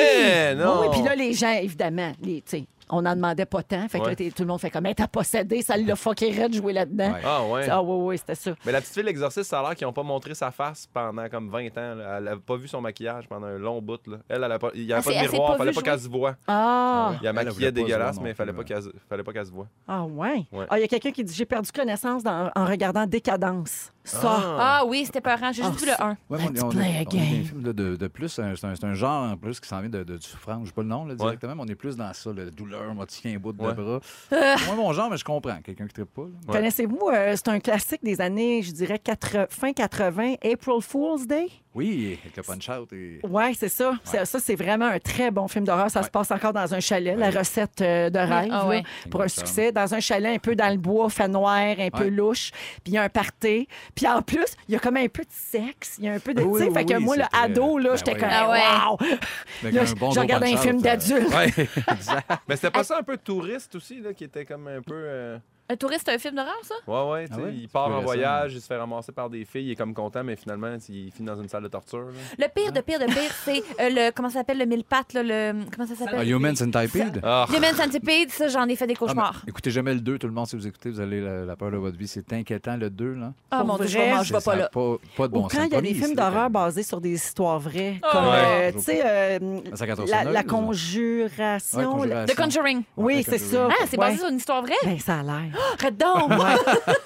S3: Eh, non!
S1: Oui, puis là, les gens, évidemment, les, tu sais, on n'en demandait pas tant. Fait que
S3: Ouais.
S1: là, t'es- tout le monde fait comme, elle t'a possédée, ça l'a fuckerait de jouer là-dedans.
S4: Ouais.
S3: Ah ouais.
S1: Ah, oui, oui, c'était ça.
S3: Mais la petite fille, l'exorciste, ça a l'air qu'ils n'ont pas montré sa face pendant comme 20 ans. là. Elle n'avait pas vu son maquillage pendant un long bout. Là. Elle, elle a pas, il n'y
S2: Elle
S3: avait
S2: s'est-
S3: pas de
S2: elle s'est
S3: miroir,
S2: pas
S3: il fallait
S2: vue
S3: pas qu'elle se voie.
S1: Ah!
S3: Il y a
S4: Elle, elle
S3: maquillé
S4: voulait pas se
S3: dégueulasse,
S4: voir
S3: mais il
S4: non
S3: fallait
S4: plus,
S3: pas qu'elle se- fallait pas qu'elle se voie.
S1: Ah ouais. Ah, Il
S3: Ouais.
S1: y a quelqu'un qui dit j'ai perdu connaissance dans- en regardant Décadence. Ça.
S2: Ah oui, c'était peurant. J'ai juste
S1: Ah,
S2: vu le 1.
S4: Ouais,
S1: Let's
S4: mais on, on,
S1: play a
S4: on est
S1: game.
S4: des films de, de- de plus, c'est un, c'est un- c'est un genre en plus qui s'en vient de, de- du souffrance. Je sais pas le nom là, directement, mais on est plus dans ça, la douleur, moi, tu tiens un bout de
S3: Ouais.
S4: bras. C'est moins mon genre, mais je comprends. Quelqu'un qui ne pas. là.
S3: Ouais.
S1: Connaissez-vous, euh, c'est un classique des années, je dirais, quatre- fin 80, April Fool's Day?
S4: Oui, avec le punch-out. Et...
S1: Oui, c'est ça. C'est- Ça, c'est vraiment un très bon film d'horreur. Ça se passe encore dans un chalet, la recette euh, de rêve,
S2: Ah
S1: là,
S2: ouais.
S1: pour un succès. Dans un chalet un peu dans le bois, fait noir, un peu
S4: Ouais.
S1: louche. Puis il y a un party. Puis en plus, il y a comme un peu de sexe. Il y a un peu de.
S4: Ah Oui,
S1: tu sais,
S4: oui,
S1: fait que
S4: oui,
S1: moi, le
S4: c'était-
S1: ado, là,
S4: Ben
S1: j'étais
S4: oui.
S1: comme,
S2: Ah ouais.
S1: wow!
S4: Avec
S1: Là,
S4: un
S1: je
S4: bon
S1: je
S4: gros
S1: regardais un
S4: punch-out,
S1: film
S4: euh,
S1: d'adulte.
S3: Ouais, exact. Mais
S1: Ah.
S3: c'était pas ça un peu touriste aussi, là, qui était comme un peu. euh,
S2: Un touriste, c'est un film d'horreur, ça?
S3: Ouais, ouais, tu
S4: Ah
S3: sais,
S4: ouais?
S3: il
S4: C'est
S3: part
S4: plus
S3: en
S4: récent,
S3: voyage, il se fait ramasser par des filles, il est comme content, mais finalement, il finit dans une salle de torture.
S2: Le
S3: là.
S2: pire de pire de pire, c'est euh, le. Comment ça s'appelle, le mille pattes, là, le. Comment ça
S4: Ah,
S2: s'appelle?
S4: Humans Centipede?
S3: Ah,
S2: Human Centipede, ça, j'en ai fait des
S4: Ah,
S2: cauchemars.
S4: mais écoutez jamais le 2, tout le monde, si vous écoutez, vous allez la, la peur de votre vie. C'est inquiétant, le 2. Là.
S2: Ah,
S1: Pour
S2: mon Dieu, je
S1: vrai,
S2: vais- je vais
S4: Ça
S2: pas
S4: a
S2: là.
S4: Pas, pas de bon
S1: Ou quand il y a des films d'horreur basés sur des histoires vraies,
S2: Ah
S1: comme,
S3: Ouais.
S1: euh, tu sais, euh, la, la conjuration. la-
S2: The Conjuring.
S1: Oui, c'est ça.
S2: Ah, c'est basé
S1: Ouais.
S2: sur une histoire vraie? Ah,
S1: Ben, ça a l'air.
S2: Arrête donc!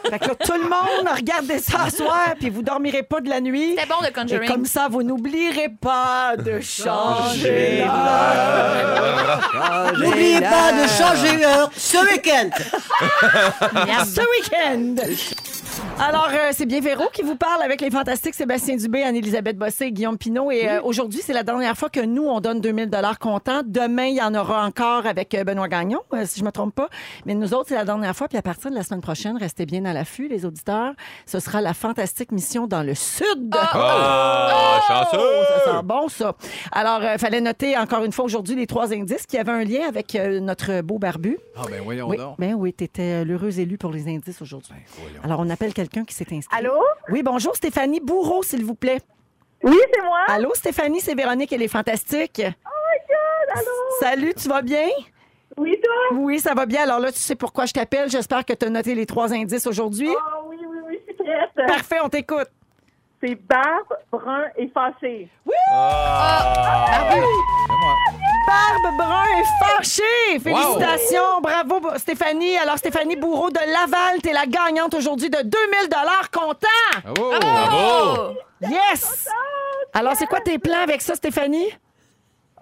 S1: fait que là, tout le monde, regardez ça à soir, puis vous dormirez pas de la nuit.
S2: C'était bon, The
S1: Et
S2: Conjuring.
S1: comme ça, vous n'oublierez pas de changer
S4: Changer
S1: l'heure.
S6: N'oubliez pas de changer l'heure ce week-end.
S1: ce week-end. Alors, euh, c'est bien Véro qui vous parle avec les fantastiques Sébastien Dubé, Anne-Élisabeth Bossé et Guillaume Pinot. Et euh, aujourd'hui, c'est la dernière fois que nous, on donne 2000 dollars comptant. Demain, il y en aura encore avec euh, Benoît Gagnon, euh, si je me trompe pas. Mais nous autres, c'est la dernière fois. Puis à partir de la semaine prochaine, restez bien à l'affût, les auditeurs. Ce sera la fantastique mission dans le Sud.
S3: Ah,
S1: Oh, ça
S4: Euh.
S3: chanceux!
S1: sent bon, ça. Alors, il fallait noter encore une fois aujourd'hui les trois indices qui avaient un lien avec euh, notre beau barbu.
S4: Ah, ben voyons
S1: Oui,
S4: donc. Ben,
S1: ben oui, tu étais l'heureuse élue pour les indices aujourd'hui.
S4: voyons.
S1: Alors, on appelle quelqu'un qui s'est inscrit.
S7: Allô?
S1: Oui, bonjour Stéphanie Bourreau, s'il vous plaît.
S7: Oui, c'est moi. Oh
S1: Allô Stéphanie, c'est Véronique, elle est fantastique.
S7: Allô?
S1: Salut, tu vas bien?
S7: Oui, toi?
S1: Oui, ça va bien. Alors là, tu sais pourquoi je t'appelle. J'espère que tu as noté les trois indices aujourd'hui.
S7: Ah oui, oui, oui, je suis prête.
S1: Parfait, on t'écoute.
S7: C'est barbe, brun et fâché. Ah
S4: C'est moi.
S1: Barbe Brun est fâchée. Félicitations. Bravo, Bo- Stéphanie. Alors, Stéphanie Bourreau de Laval, t'es la gagnante aujourd'hui de 2000 comptant.
S4: Bravo!
S2: Oh!
S1: Ah!
S2: Bravo!
S1: Yes! Alors, c'est quoi tes plans avec ça, Stéphanie?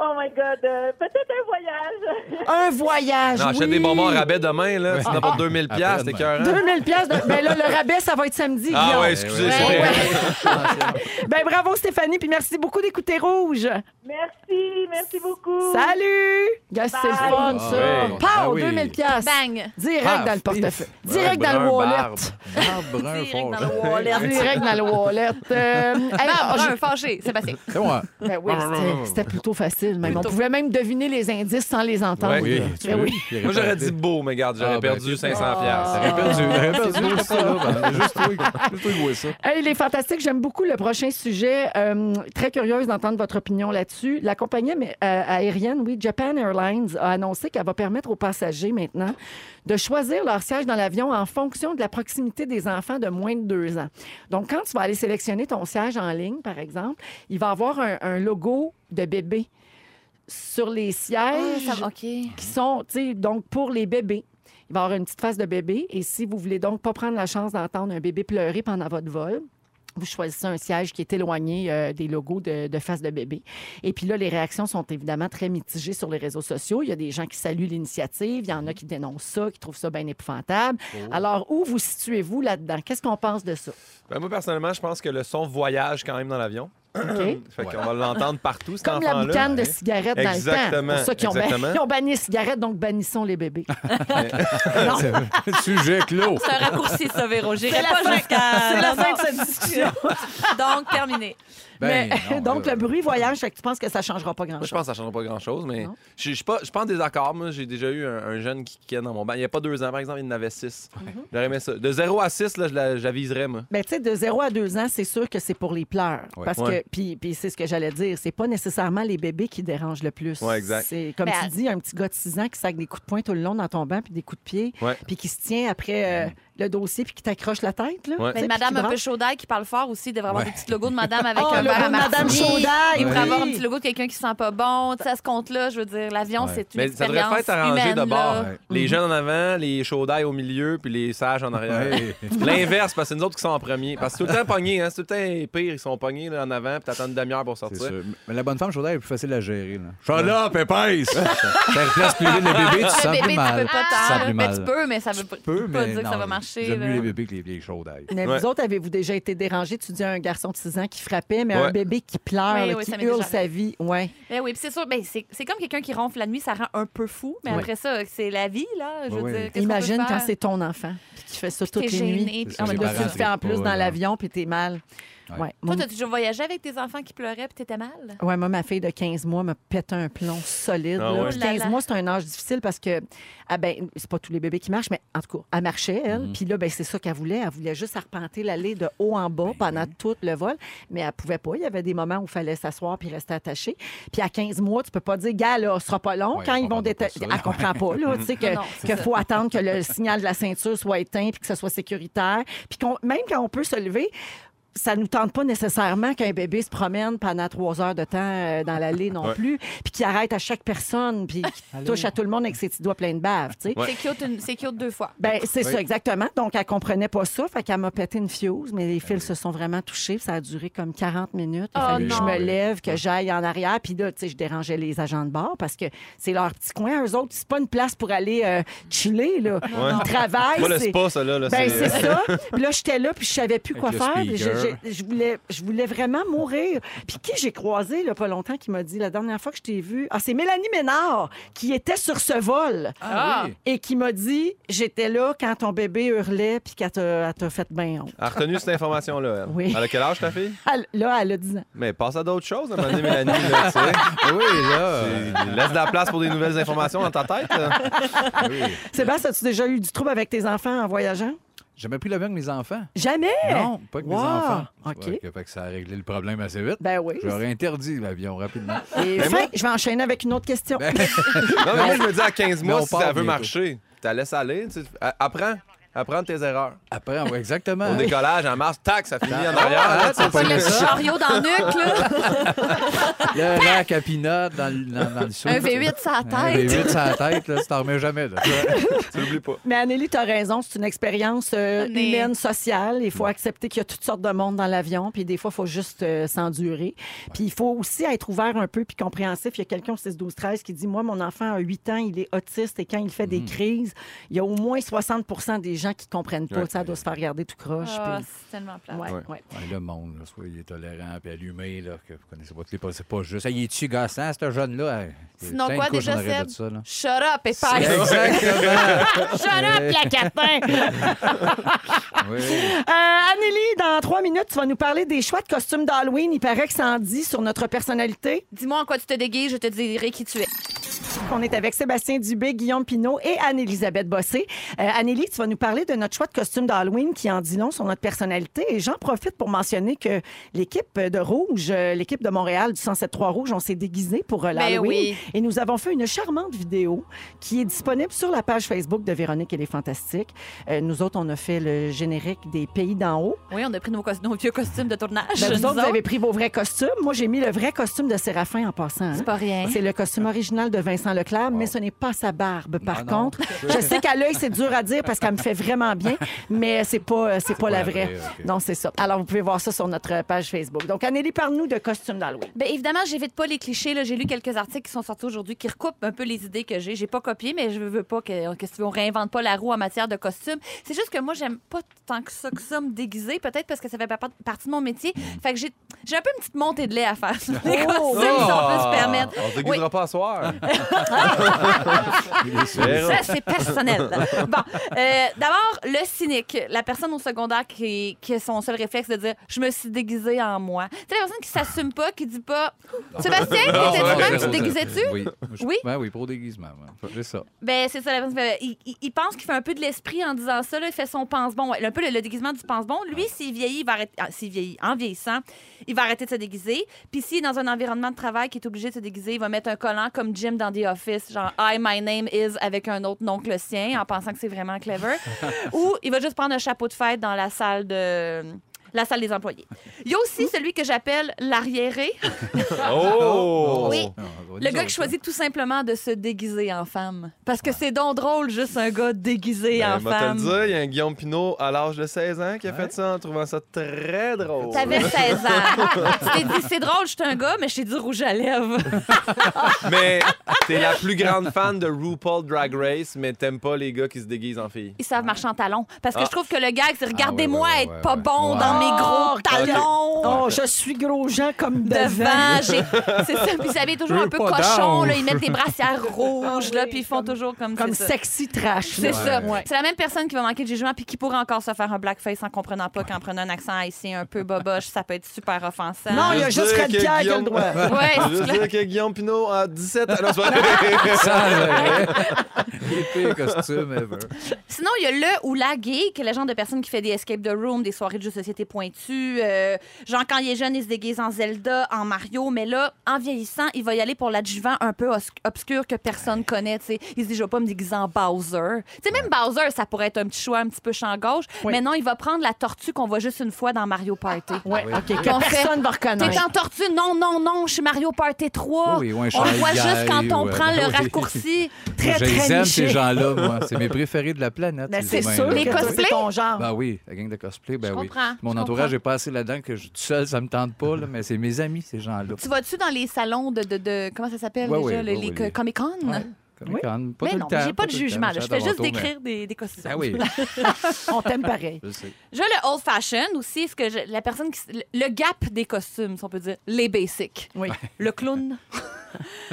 S7: Oh my God, euh, peut-être un voyage.
S1: Un voyage.
S3: Non, achète
S1: Ah, oui.
S3: des bonbons à rabais demain, là. Sinon, pour 2000$,
S4: Après-demain.
S3: piastres, t'es cœur.
S1: 2000 pièces. Ben là, le rabais, ça va être samedi.
S3: Ah
S1: Guillaume.
S3: ouais, excusez,
S4: Ouais,
S3: c'est
S1: ouais.
S3: vrai.
S1: Ben bravo, Stéphanie, puis merci beaucoup d'écouter Rouge.
S7: Merci, merci beaucoup.
S1: Salut! Gars, c'est le fun, ça.
S4: Ah ouais.
S1: Pow,
S4: Ah oui.
S1: 2000 pièces.
S2: Bang!
S1: Direct
S4: Ah,
S1: dans le
S4: pif.
S1: portefeuille.
S4: Brun,
S1: Direct dans le
S4: brun,
S1: wallet.
S4: barbe. Barbe, brun,
S2: Direct dans
S4: fort.
S2: le
S1: Wallet, direct dans le wallet. Euh, hey,
S2: Barbe,
S1: je-
S2: brun, fâché, Sébastien.
S4: C'est moi.
S1: Ben oui, c'était- c'était plutôt facile. Même. On pouvait même deviner les indices sans les entendre.
S3: Ouais,
S4: Oui,
S1: Ben
S4: tu veux.
S1: oui. Ah.
S3: Moi, j'aurais dit beau, mais garde, j'aurais
S4: Ah, ben,
S3: perdu
S4: c'est-
S3: 500$. piastres.
S4: J'aurais perdu, j'aurais perdu juste ça, là. Ben, Juste toi, juste toi, jouer ça.
S1: Hey, les fantastiques, j'aime beaucoup le prochain sujet. Euh, très curieuse d'entendre votre opinion là-dessus. La compagnie amé- euh, aérienne, oui, Japan Airlines, a annoncé qu'elle va permettre aux passagers maintenant de choisir leur siège dans l'avion en fonction de la proximité des enfants de moins de deux ans. Donc, quand tu vas aller sélectionner ton siège en ligne, par exemple, il va avoir un, un logo de bébé sur les sièges
S2: Ah, OK.
S1: qui sont, tu sais, donc pour les bébés. Il va y avoir une petite face de bébé. Et si vous voulez donc pas prendre la chance d'entendre un bébé pleurer pendant votre vol, vous choisissez un siège qui est éloigné euh, des logos de, de face de bébé. Et puis là, les réactions sont évidemment très mitigées sur les réseaux sociaux. Il y a des gens qui saluent l'initiative, il y en a qui dénoncent ça, qui trouvent ça bien épouvantable. Alors, où vous situez-vous là-dedans? Qu'est-ce qu'on pense de ça?
S3: Ben, moi, personnellement, je pense que le son voyage quand même dans l'avion.
S1: OK?
S3: Fait
S4: Ouais.
S3: qu'on va l'entendre partout, cet
S1: Comme la
S3: enfant-là. hein?
S1: boucane de cigarettes dans le temps.
S3: Exactement,
S1: Pour ceux qui ont, ban-
S3: exactement.
S1: qui ont banni les cigarettes, donc bannissons les bébés.
S4: Sujet clos.
S2: C'est un raccourci, ça, Véro. J'irai
S1: C'est la fin-
S2: pas jusqu'à...
S1: c'est la
S2: Non,
S1: fin
S2: non.
S1: de cette discussion.
S2: Donc, terminé.
S4: Ben,
S1: Mais-
S4: non,
S1: donc,
S4: là.
S1: le bruit voyage, fait que tu penses que ça changera pas
S3: Moi, je
S1: grand-chose.
S3: pense que ça changera pas grand-chose, mais
S1: Non.
S3: je je suis pas, je suis pas en désaccord. Moi, j'ai déjà eu un, un jeune qui kickait dans mon bain. Il y a pas deux ans, par exemple, il en avait six.
S1: Mhm.
S3: J'aurais aimé ça. De 0 à 6, là, je la- j'aviserais, moi.
S1: Ben, tu sais, de 0 à 2 ans, c'est sûr que c'est pour les pleurs.
S4: Ouais.
S1: Parce
S3: Ouais.
S1: que, puis, puis c'est ce que j'allais dire, c'est pas nécessairement les bébés qui dérangent le plus.
S3: Ouais, exact.
S1: C'est, comme
S2: Ben,
S1: tu dis, un petit gars de 6 ans qui sac des coups de poing tout le long dans ton banc, puis des coups de pied,
S3: Ouais.
S1: puis qui se tient après euh, le dossier, puis qui t'accroche la tête. Là,
S3: Ouais.
S1: Tu sais,
S2: Mais Ben, Madame
S1: puis qui
S2: un peu
S1: branche.
S2: chaudaille qui parle fort aussi. Il devrait avoir
S4: Ouais.
S2: des petits logos de Madame avec
S1: Oh, le
S2: un verre
S1: logo
S2: à
S1: de Madame
S2: martini.
S1: Chaudaille,
S2: Il devrait
S1: oui.
S2: avoir un petit logo de quelqu'un qui sent pas bon. Tu sais, à ce compte-là, je veux dire, l'avion,
S4: Ouais.
S2: c'est une
S3: Mais ça devrait
S2: expérience
S3: être arrangé
S2: humaine,
S3: de bord.
S2: là.
S3: Les jeunes en avant, les chaudailles au milieu, puis les sages en arrière.
S4: Ouais.
S3: L'inverse, parce que c'est nous autres qui sont en premier. Parce que c'est tout le temps pogné, hein. C'est tout le temps pire. Ils sont pognés là, en avant, puis t'attends une demi-heure pour
S4: C'est
S3: sortir.
S4: sûr. Mais la bonne femme, Chaudel, est plus facile à gérer. Là. Shut up, épaisse! ça ça replace plus vite le bébé, tu
S2: Le
S4: sens
S2: bébé,
S4: plus
S2: tu
S4: mal.
S2: peux pas
S4: tu sens
S2: tant. là.
S4: plus
S2: Mais tu
S4: mal.
S2: peux, mais ça veut pas
S4: Peu,
S2: pas
S4: mais
S2: dire que ça
S4: non,
S2: va marcher.
S4: J'aime
S2: là.
S4: mieux les bébés que les vieilles Chaudailles.
S1: Mais
S3: Ouais.
S1: vous autres, avez-vous déjà été dérangés? Tu dis un garçon de 6 ans qui frappait, mais un
S3: Ouais.
S1: bébé qui pleure,
S2: Oui,
S1: là,
S2: oui,
S1: qui
S2: ça m'est
S1: hurle
S2: déjà
S1: sa vie. Ouais.
S2: Ben oui, puis c'est sûr, ben c'est c'est comme quelqu'un qui ronfle la nuit, ça rend un peu fou, mais
S4: Ouais.
S2: après ça, c'est la vie, là. Je veux
S4: Ouais, ouais.
S2: dire, qu'est-ce qu'on peut
S1: Imagine quand
S2: faire?
S1: c'est ton enfant, puis qui fait ça
S2: T'es
S1: toutes les
S2: gêné,
S1: nuits.
S2: puis
S4: C'est
S2: en
S4: ça,
S2: même
S1: Là,
S2: temps,
S1: tu le
S4: parents
S1: fais en
S4: trippent
S1: plus
S4: pas,
S1: dans
S4: non.
S1: l'avion, puis t'es mal.
S4: Ouais.
S1: Ouais.
S2: Toi, t'as toujours voyagé avec tes enfants qui pleuraient puis t'étais mal?
S1: Oui, moi, ma fille de 15 mois me pète un plomb solide.
S3: Ah
S1: là.
S3: ouais?
S1: Puis
S2: Oh là
S1: 15
S2: là.
S1: mois, c'est un âge difficile parce que, ah ben, c'est pas tous les bébés qui marchent, mais en tout cas, elle marchait, elle.
S4: Mhm.
S1: Puis là, ben, c'est ça qu'elle voulait. Elle voulait juste arpenter l'allée de haut en bas
S4: Ben
S1: pendant tout le vol, mais elle pouvait pas. Il y avait des moments où il fallait s'asseoir puis rester attachée. Puis à 15 mois, tu peux pas dire, gars, là, ce sera pas long.
S4: Ouais,
S1: Quand
S4: on
S1: ils vont
S4: comprend pas
S1: déta-
S4: ça.
S1: Elle comprend pas, là, tu sais, que-
S2: Non, non, c'est
S1: qu'il
S2: ça.
S1: faut attendre que le signal de la ceinture soit éteint puis que ce soit sécuritaire. Puis qu'on- même quand on peut se lever, ça nous tente pas nécessairement qu'un bébé se promène pendant trois heures de temps euh, dans l'allée non
S3: Ouais.
S1: plus, puis qu'il arrête à chaque personne, puis qu'il touche à tout le monde avec ses petits doigts pleins de bave, tu sais.
S3: Ouais.
S2: C'est cute, une- c'est cute deux fois.
S1: Ben, c'est
S3: Oui.
S1: ça, exactement. Donc, elle comprenait pas ça. Fait qu'elle m'a pété une fuse, mais les fils se sont vraiment touchés. Ça a duré comme 40 minutes. Il
S2: Oh
S1: fallait que je
S2: non.
S1: me lève, que j'aille en arrière. Puis là, tu sais, je dérangeais les agents de bord parce que c'est leur petit coin. Eux autres, c'est pas une place pour aller euh, chiller, là.
S3: Ouais.
S1: Ils travaillent.
S3: Moi, le
S1: c'est-
S3: spa, ça, là, là,
S1: ben, c'est
S3: c'est...
S1: ça. Puis là, j'étais là, puis je savais plus quoi
S4: le
S1: faire. puis j'ai-
S4: speaker.
S1: j'ai- Je voulais, je voulais vraiment mourir. Puis qui j'ai croisé, là, pas longtemps, qui m'a dit la dernière fois que je t'ai vu. Ah, c'est Mélanie Ménard qui était sur ce vol
S2: Ah,
S1: et qui m'a dit J'étais là quand ton bébé hurlait, puis qu'elle t'a elle t'a fait bien honte.
S3: Elle a retenu cette information-là, elle.
S1: Oui.
S3: Elle a quel âge, ta fille?
S1: Elle- là, elle a 10 ans.
S3: Mais passe à d'autres choses, à un moment donné, Mélanie, là, tu sais.
S1: Ah
S4: Oui, là.
S3: Tu Laisse de la place pour des nouvelles informations dans ta tête.
S1: Sébastien, as-tu déjà eu du trouble avec tes enfants en voyageant
S4: J'ai jamais pris l'avion avec mes enfants.
S1: Jamais
S4: Non, pas avec
S1: Eh? Wow!
S4: mes enfants.
S1: OK.
S4: Ouais, que- fait que ça a réglé le problème assez vite.
S1: Ben oui.
S4: J'aurais interdit l'avion rapidement.
S1: Et fin, je vais enchaîner avec une autre question.
S3: Non, mais moi, je me dis à 15
S4: Mais
S3: mois,
S4: on
S3: si
S4: part
S3: ça veut
S4: bientôt.
S3: marcher, tu la laisses aller. tu sais, a- Apprends. Apprends tes erreurs.
S4: Après, on va exactement. hein.
S3: Au décollage, en mars, tac, ça finit en
S4: Ah,
S3: arrière.
S4: là, t'as pas
S2: le
S4: aimé
S2: petit
S4: ça.
S2: chariot dans le nuque, là.
S4: Le rack à pinot dans, le- dans, dans le sous.
S2: Un V8 sa
S4: Un
S2: tête.
S4: V8 sur la tête, là, tu t'en remets jamais. là.
S3: Tu l'oublies pas.
S1: Mais Anneli, tu as raison, c'est une expérience euh,
S2: Ah, Mais-
S1: humaine, sociale. Il faut accepter qu'il y a toutes sortes de monde dans l'avion, puis des fois, il faut juste euh, s'endurer. Puis il faut aussi être ouvert un peu, puis compréhensif. Il y a quelqu'un au 6-12-13 qui dit, moi, mon enfant a 8 ans, il est autiste, et quand il fait des crises, il y a au moins 60 des gens qui comprennent pas.
S3: Ouais.
S1: Ça doit se faire regarder tout croche.
S2: Ah,
S1: puis-
S2: c'est tellement plat.
S1: Ouais,
S3: Ouais.
S1: ouais.
S4: Ouais, le monde, là, soit il est tolérant puis allumé, là, que vous connaissez pas tous les pas. C'est pas juste. Hey, est-tu gossant, ce jeune-là? Hey, il y a
S2: Sinon
S4: plein de
S2: quoi,
S4: couches
S2: déjà,
S4: en arrière de
S2: Seb?
S4: ça, là.
S2: Shut up, épaisse.
S4: Exactement.
S2: Shut up, la catin.
S4: Oui.
S1: Euh, Anneli, dans trois minutes, tu vas nous parler des choix de costumes d'Halloween. Il paraît que ça en dit sur notre personnalité.
S2: Dis-moi en quoi tu te déguises, je te dirai qui tu es.
S1: On est avec Sébastien Dubé, Guillaume Pinault et Anne-Élisabeth Bossé. Euh, Annélie, tu vas nous parler de notre choix de costume d'Halloween qui en dit long sur notre personnalité. Et j'en profite pour mentionner que l'équipe de Rouge, euh, l'équipe de Montréal du 107.3 Rouge, on s'est déguisé pour euh, l'Halloween.
S2: Ben oui.
S1: Et nous avons fait une charmante vidéo qui est disponible sur la page Facebook de Véronique et les Fantastiques. Euh, nous autres, on a fait le générique des Pays d'en haut.
S2: Oui, on a pris nos, cos- nos vieux costumes de tournage.
S1: Ben, vous
S2: nous
S1: autres, vous
S2: autres.
S1: avez pris vos vrais costumes. Moi, j'ai mis le vrai costume de Séraphin en passant. hein.
S2: C'est pas rien.
S1: C'est le costume original de Vincent Leclerc, mais ce n'est pas sa barbe, par
S4: Non, non.
S1: contre. Je sais qu'à l'œil, c'est dur à dire parce qu'elle me fait vraiment bien, mais c'est pas, euh, c'est pas, la vraie.
S4: ok.
S1: Non, c'est ça. Alors, vous pouvez voir ça sur notre page Facebook. Donc, Anneli, parle-nous de costumes d'Halloween.
S2: Ben, évidemment, j'évite pas les clichés. là. J'ai lu quelques articles qui sont sortis aujourd'hui qui recoupent un peu les idées que j'ai. J'ai pas copié, mais je veux pas que, que si tu veux, on réinvente pas la roue en matière de costume. C'est juste que moi, j'aime pas tant que ça que ça me déguiser, peut-être parce que ça fait pas part- partie de mon métier. Fait que j'ai j'ai un peu une petite montée de lait à faire sur les costumes, si on
S3: Ah. Oh!
S2: peut se permettre.
S3: On se déguisera pas à soir.
S2: Ça, c'est personnel. Bon, euh, d'abord, le cynique, la personne au secondaire qui, qui a son seul réflexe de dire Je me suis déguisée en moi. Tu sais, la personne qui s'assume pas, qui dit pas Sébastien,
S3: Non,
S2: t'étais-tu
S3: non,
S2: même, tu
S3: non,
S2: te
S3: non,
S2: déguisais-tu
S4: Oui. Je-
S2: Oui?
S4: Ben oui, pour déguisement. ouais. C'est ça.
S2: Ben, c'est ça, la personne. fait- Il, il- il pense qu'il fait un peu de l'esprit en disant ça, là, il fait son pense-bon. Ouais, Un peu le, le déguisement du pense-bon. Lui, s'il vieillit, il va arrêter. ah, s'il vieillit, en vieillissant, il va arrêter de se déguiser. Puis s'il est dans un environnement de travail qui est obligé de se déguiser, il va mettre un collant comme Jim dans The Office, genre I, my name is, avec un autre nom que le sien, en pensant que c'est vraiment clever. Ou il va juste prendre un chapeau de fête dans la salle de. La salle des employés. Il y a aussi celui que j'appelle l'arriéré.
S3: Oh!
S2: Oui.
S4: Non, on
S2: Le
S4: va dire
S2: gars qui
S4: ça.
S2: choisit tout simplement de se déguiser en femme. Parce que c'est donc drôle, juste un gars déguisé
S3: Ben,
S2: en
S3: moi, te le
S2: femme.
S3: dire, il y a un Guillaume Pinot à l'âge de 16 ans qui a fait ça en trouvant ça très drôle.
S2: T'avais 16 ans. tu t'es dit, c'est drôle, je suis un gars, mais je t'ai dit rouge à lèvres.
S3: Mais t'es la plus grande fan de RuPaul Drag Race, mais t'aimes pas les gars qui se déguisent en filles.
S2: Ils savent marcher en talons. Parce que
S3: Ah.
S2: je trouve que le gag, c'est regardez-moi
S4: ouais, ouais,
S2: être
S4: ouais,
S2: pas
S4: ouais.
S2: bon dans
S4: Ouais.
S2: mes gros talons.
S1: Oh, je suis gros gens comme devant.
S2: Devant, j'ai- c'est ça. Puis ils s'habillent toujours
S4: Je
S2: un
S4: veux
S2: peu
S4: pas
S2: cochon,
S4: d'ange.
S2: là. Ils mettent des brassières rouges, là, puis ils font toujours comme,
S1: Comme
S2: c'est ça.
S1: sexy trash.
S2: C'est
S1: là.
S2: ça. C'est la même personne qui va manquer de jugement puis qui pourrait encore se faire un blackface en comprenant pas qu'en prenant un accent haïtien un peu boboche, ça peut être super offensant.
S1: Non, Ah, il y a
S3: Juste
S1: juste
S3: dire
S1: Red
S3: que
S1: Pierre qui a le
S3: Guillaume-
S1: droit.
S2: Ouais,
S3: Je
S2: c'est
S3: veux
S2: clair.
S3: dire que Guillaume Pinot a 17 ans. ah, Non, c'est pas-
S4: Ça, hein. ouais. Les pires costumes ever.
S2: Sinon, il y a le ou la geek, le genre de personne qui fait des escape the room, des soirées de jeux de société pointu. Euh, genre, quand il est jeune, il se déguise en Zelda, en Mario. Mais là, en vieillissant, il va y aller pour l'adjuvant un peu os- obscur que personne connaît. tu sais. Il se dit, je vais pas me déguiser en Bowser. Tu sais, même Bowser, ça pourrait être un petit choix, un petit peu champ gauche.
S1: Oui.
S2: Mais non, il va prendre la tortue qu'on voit juste une fois dans Mario Party.
S1: Ouais,
S4: Oui.
S1: OK, que
S2: Qu'on fait.
S1: personne ne va
S2: T'es
S1: reconnaître.
S2: en tortue? Non, non, non, je suis Mario Party 3.
S4: Oui, oui, ouais,
S2: on le
S4: Shy
S2: voit
S4: Guy,
S2: juste quand on
S4: ouais,
S2: prend
S4: ben
S2: le
S4: oui.
S2: raccourci. Très,
S4: Je
S2: très
S4: les aime,
S2: niché.
S4: ces gens-là, moi. C'est mes préférés de la planète.
S1: Mais
S2: Ben,
S4: ces
S1: c'est Ah.
S4: humains-là.
S1: sûr
S2: Les
S1: que toi,
S2: cosplays?
S1: c'est ton genre.
S4: Ben oui, la gang de cosplay, ben
S2: Je
S4: oui.
S2: comprends,
S4: Mon
S2: je
S4: entourage
S2: comprends.
S4: est pas assez là-dedans que je tout seul, ça me tente pas, là, mais c'est mes amis, ces gens-là.
S2: Tu vas-tu dans les salons de. de, de- comment ça s'appelle
S4: Ouais,
S2: déjà?
S4: ouais,
S2: le-
S4: ouais,
S2: les
S4: ouais, les-
S2: Comic Con?
S4: Comic-Con, pas
S2: mais
S4: tout le
S2: non,
S4: temps,
S2: j'ai pas de
S4: tout le temps,
S2: jugement.
S4: je
S2: là. Je
S4: suis à
S2: fais juste
S4: Toronto, mais-
S2: décrire des, des costumes.
S4: Ah oui,
S1: On t'aime pareil.
S4: je sais.
S2: Je le old fashion aussi, ce que je- la personne qui s- le- le gap des costumes, si on peut dire, les basics.
S1: Oui.
S2: Le clown,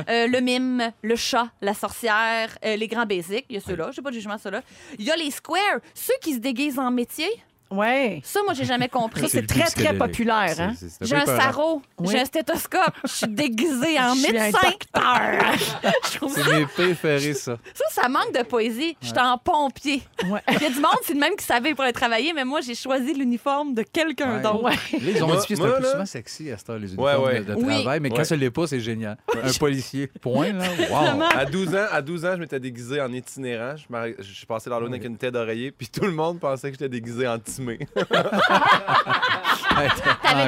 S2: euh, le mime, le chat, la sorcière, euh, les grands basics, il y a ceux-là, j'ai pas de jugement sur ceux-là. Il y a les squares, ceux qui se déguisent en métier.
S1: Ouais.
S2: Ça moi j'ai jamais compris.
S1: c'est
S4: le
S1: très, très
S4: plus squelettique.
S1: populaire,
S4: C'est-
S1: hein.
S4: c'est- c'est un
S2: J'ai
S4: peu
S2: un
S4: peurant.
S2: sarrau,
S1: Oui.
S2: j'ai un stéthoscope, je suis déguisée en
S1: Je suis un
S2: médecin. je trouve ça,
S4: C'est mes préférés, ça.
S2: ça, ça manque de poésie. Je suis en pompier.
S1: Ouais.
S2: Il y a du monde, c'est le même qui savait pour aller travailler, mais moi, j'ai choisi l'uniforme de quelqu'un
S4: Ouais.
S2: d'autre.
S1: Ouais.
S4: Là, ils ont
S3: Moi-
S4: modifié, c'est
S3: moi,
S4: un peu
S3: là-
S4: souvent sexy à cette heure, les uniformes
S3: ouais.
S4: de, de
S2: Oui.
S4: travail, mais quand
S3: Ouais.
S4: ça l'est pas, c'est génial. Un policier, point, là, wow.
S2: Vraiment.
S3: À 12 ans, à 12 ans, je m'étais déguisé en itinérant. Je, m'arr- je suis passé dans l'eau avec une tête d'oreiller, puis tout le monde pensait que j'étais déguisé en timé.
S2: T'avais-tu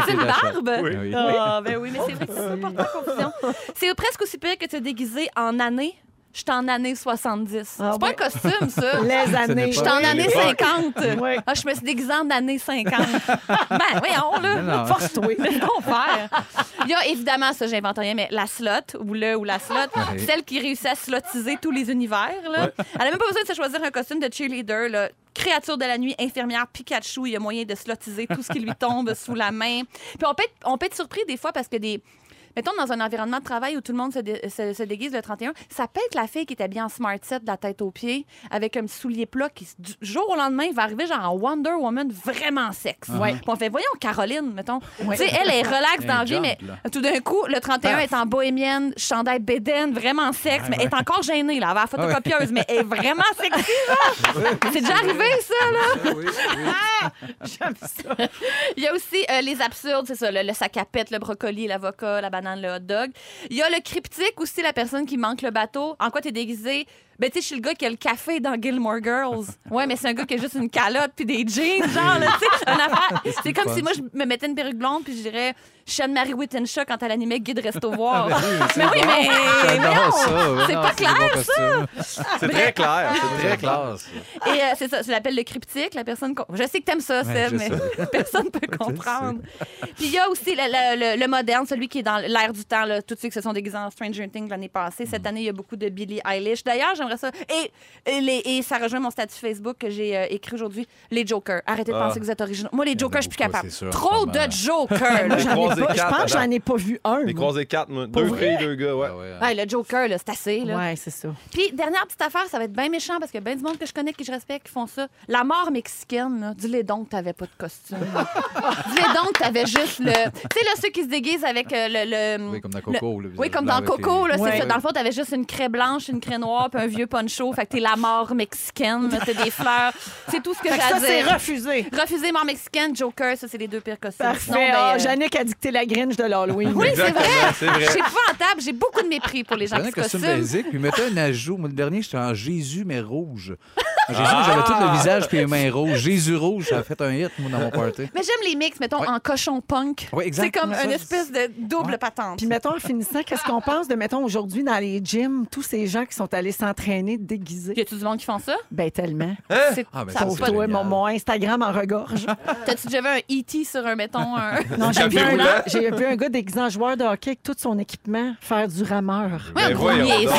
S4: Ah,
S2: une
S4: ok, d'accord.
S2: barbe?
S3: Oui.
S4: Oui.
S2: Ah, ben oui, mais c'est vrai que c'est important confusion. C'est presque aussi pire que te déguiser en année. Je suis en année 70.
S1: Ah,
S2: c'est pas
S1: ouais.
S2: un costume, ça.
S1: Les années.
S4: n'est
S2: Je
S4: pas-
S2: suis en
S4: Ouais,
S2: année
S4: l'époque.
S2: 50.
S1: Ouais.
S2: Ah, je me suis déguisée en année 50. ben, voyons, là.
S4: Non, non.
S1: Force-toi.
S2: Qu'on faire? Il y a évidemment, ça, j'invente rien, mais la slot, ou le ou la slot,
S4: Ouais.
S2: celle qui réussit à slotiser tous les univers. Là. Elle n'a même pas besoin de se choisir un costume de cheerleader. Là. Créature de la nuit, infirmière, Pikachu, il y a moyen de slotiser tout ce qui lui tombe sous la main. Puis on peut, être, on peut être surpris des fois parce que des. Mettons, dans un environnement de travail où tout le monde se, dé- se- se déguise le 31, ça peut être la fille qui est habillée en smart set de la tête aux pieds, avec un petit soulier plat qui, du jour au lendemain, va arriver genre en Wonder Woman vraiment sexe.
S1: Ouais.
S2: Puis on fait, voyons, Caroline, mettons.
S1: Ouais.
S2: Tu sais, elle est relaxe
S4: Un
S2: dans la vie,
S4: jump,
S2: mais
S4: là.
S2: tout d'un coup, le 31 est en bohémienne, chandail bédaine, vraiment sexe, mais elle est encore gênée, là. Elle va à la
S4: Ah
S2: photocopieuse, mais elle est vraiment sexy, là. C'est déjà arrivé, ça, là.
S4: Oui, oui.
S1: J'aime ça.
S2: Il y a aussi euh, les absurdes, c'est ça, le, le sac à pète, le brocoli, l'avocat, la banane, le hot dog. Il y a le cryptique aussi, la personne qui manque le bateau. En quoi t'es déguisé? Ben, tu sais, je suis le gars qui a le café dans Gilmore Girls. Ouais, mais c'est un gars qui a juste une calotte puis des jeans, genre, là, tu sais, une affaire. C'est comme
S4: fun,
S2: si moi, je me mettais une perruque blonde puis je dirais Sean-Marie Wittenshaw quand elle animait Guide Resto Voir. mais oui, mais.
S4: J'adore
S2: voyons!
S4: ça.
S2: Eh c'est
S4: Ah Non,
S2: pas clair,
S4: des bons costumes.
S3: C'est très
S1: Ah,
S3: clair. C'est
S4: Très
S3: très clair.
S4: classe.
S2: Et euh, c'est ça, je l'appelle le cryptique, la personne. qu'on- Je sais que t'aimes ça,
S4: Ouais,
S2: Seb,
S4: je
S2: mais personne ne peut comprendre. Puis il y a aussi le, le- le- le moderne, celui qui est dans l'air du temps, là, tous ceux qui se sont déguisés en Stranger Things l'année passée.
S4: Mm.
S2: Cette année, il y a beaucoup de Billie Eilish. D'ailleurs, j'aimerais ça. Et, et les- et ça rejoint mon statut Facebook que j'ai euh, écrit aujourd'hui les Jokers. Arrêtez de
S3: Ah.
S2: penser que vous êtes originaux. Moi, les
S4: en a
S2: Jokers, je suis plus
S4: beaucoup,
S2: capable.
S4: c'est sûr, en
S2: Trop
S4: ce moment.
S2: de Jokers. là.
S1: Moi, j'en ai
S3: croisés
S1: pas. Je
S3: quatre,
S1: pense que j'en
S3: madame.
S1: ai pas vu un.
S3: Des
S1: moi.
S3: croisés quatre, moi. deux filles, deux gars, ouais.
S4: Ah ouais, hein.
S2: Ouais, le Joker, là, c'est assez. Là.
S1: Ouais, c'est ça.
S2: Puis, dernière petite affaire, ça va être bien méchant parce qu'il y a bien du monde que je connais, que je respecte, qui font ça. La mort mexicaine, là, dis-les donc que t'avais pas de costume. là. dis-les donc que t'avais juste le. Tu sais, là, ceux qui se déguisent avec euh, le. le-
S4: Oui, comme dans
S2: le-
S4: Coco. là,
S2: Oui, comme
S4: là,
S2: dans
S4: avec
S2: Coco,
S4: les-
S2: là, c'est
S1: Ouais.
S2: ça. Dans le fond, t'avais juste une craie blanche, une craie noire, puis un vieux poncho. Fait que t'es la mort mexicaine, là, t'as des fleurs. C'est tout ce que j'ai
S1: Fait que
S2: à
S1: ça, c'est
S2: dire.
S1: refusé.
S2: Refuser mort mexicaine, Joker, ça, c'est les deux pires costumes. Sinon,
S1: Parfait.
S2: ben,
S1: Ah,
S2: euh,
S1: Yannick a dicté la gringe de l'Halloween.
S2: Oui, c'est
S3: Exactement,
S2: vrai.
S3: c'est vrai.
S2: Je suis épouvantable. J'ai beaucoup de mépris pour les gens
S4: J'avais un
S2: qui se
S4: costume
S2: costument.
S4: basique, puis il mettait un ajout. Moi, le dernier, j'étais en Jésus, mais rouge. En Jésus,
S2: Ah!
S4: j'avais tout le visage puis les mains rouges. Jésus rouge, ça a fait un hit, moi, dans mon party.
S2: Mais j'aime les mix, mettons,
S4: Ouais.
S2: en cochon punk.
S4: Ouais, exact.
S2: c'est comme
S4: Ouais,
S2: une
S4: ça,
S2: espèce de double patente.
S1: Puis mettons en finissant, qu'est-ce qu'on pense de mettons aujourd'hui dans les gyms, tous ces gens qui sont allés s'entraîner
S2: Y
S1: déguisés?
S2: a-tu du monde qui font ça?
S1: Ben tellement.
S2: C'est-
S4: Ah, ben,
S2: ça
S4: ça,
S2: vaut
S4: c'est
S2: pas-
S1: Toi,
S4: génial.
S1: mon, mon Instagram en regorge.
S2: T'as-tu déjà vu un E.T. sur un, mettons, un.
S1: Non, j'ai
S3: Café
S1: vu, un-
S3: roulant.
S1: j'ai vu un gars déguisé en joueur de hockey avec tout son équipement faire du rameur.
S2: Ouais, un
S3: Ben
S2: gros
S3: voyons
S2: niaiseux.
S3: donc.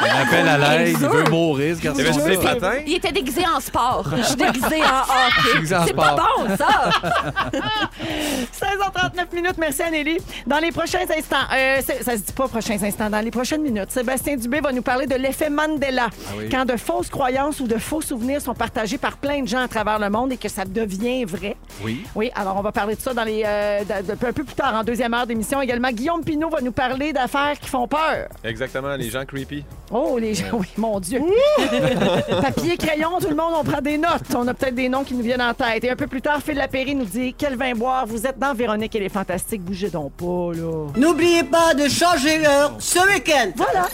S3: Eh ben,
S4: Un appel à l'aide, il
S2: Jésus.
S4: veut mourir, ce garçon.
S3: Il avait
S1: Je
S3: des
S1: sais.
S3: patins.
S2: Il était déguisé en sport. Je suis déguisée en hockey.
S4: Déguisé en
S2: C'est pas
S4: sport.
S2: bon, ça!
S1: 16h39 minutes, merci Anneli. Dans les prochains instants, euh, c'est- ça se dit pas prochains instants, dans les prochaines minutes, Sébastien Dubé va nous parler de l'effet Mandela.
S4: oui.
S1: Quand de fausses croyances ou de faux souvenirs sont partagés par plein de gens à travers le monde et que ça devient vrai.
S4: Oui.
S1: Oui, alors on va parler de ça dans les, euh, de- de- un peu plus tard en deuxième heure d'émission. Également, Guillaume Pinault va nous parler d'affaires qui font peur.
S3: Exactement, les gens creepy.
S1: Oh, les gens, oui, mon Dieu. Papier, crayon, voyons, tout le monde, on prend des notes. On a peut-être des noms qui nous viennent en tête. Et un peu plus tard, Phil Lapéry nous dit Quel vin boire Vous êtes dans Véronique et les Fantastiques. Bougez donc pas, là.
S8: N'oubliez pas de changer l'heure ce week-end.
S1: Voilà.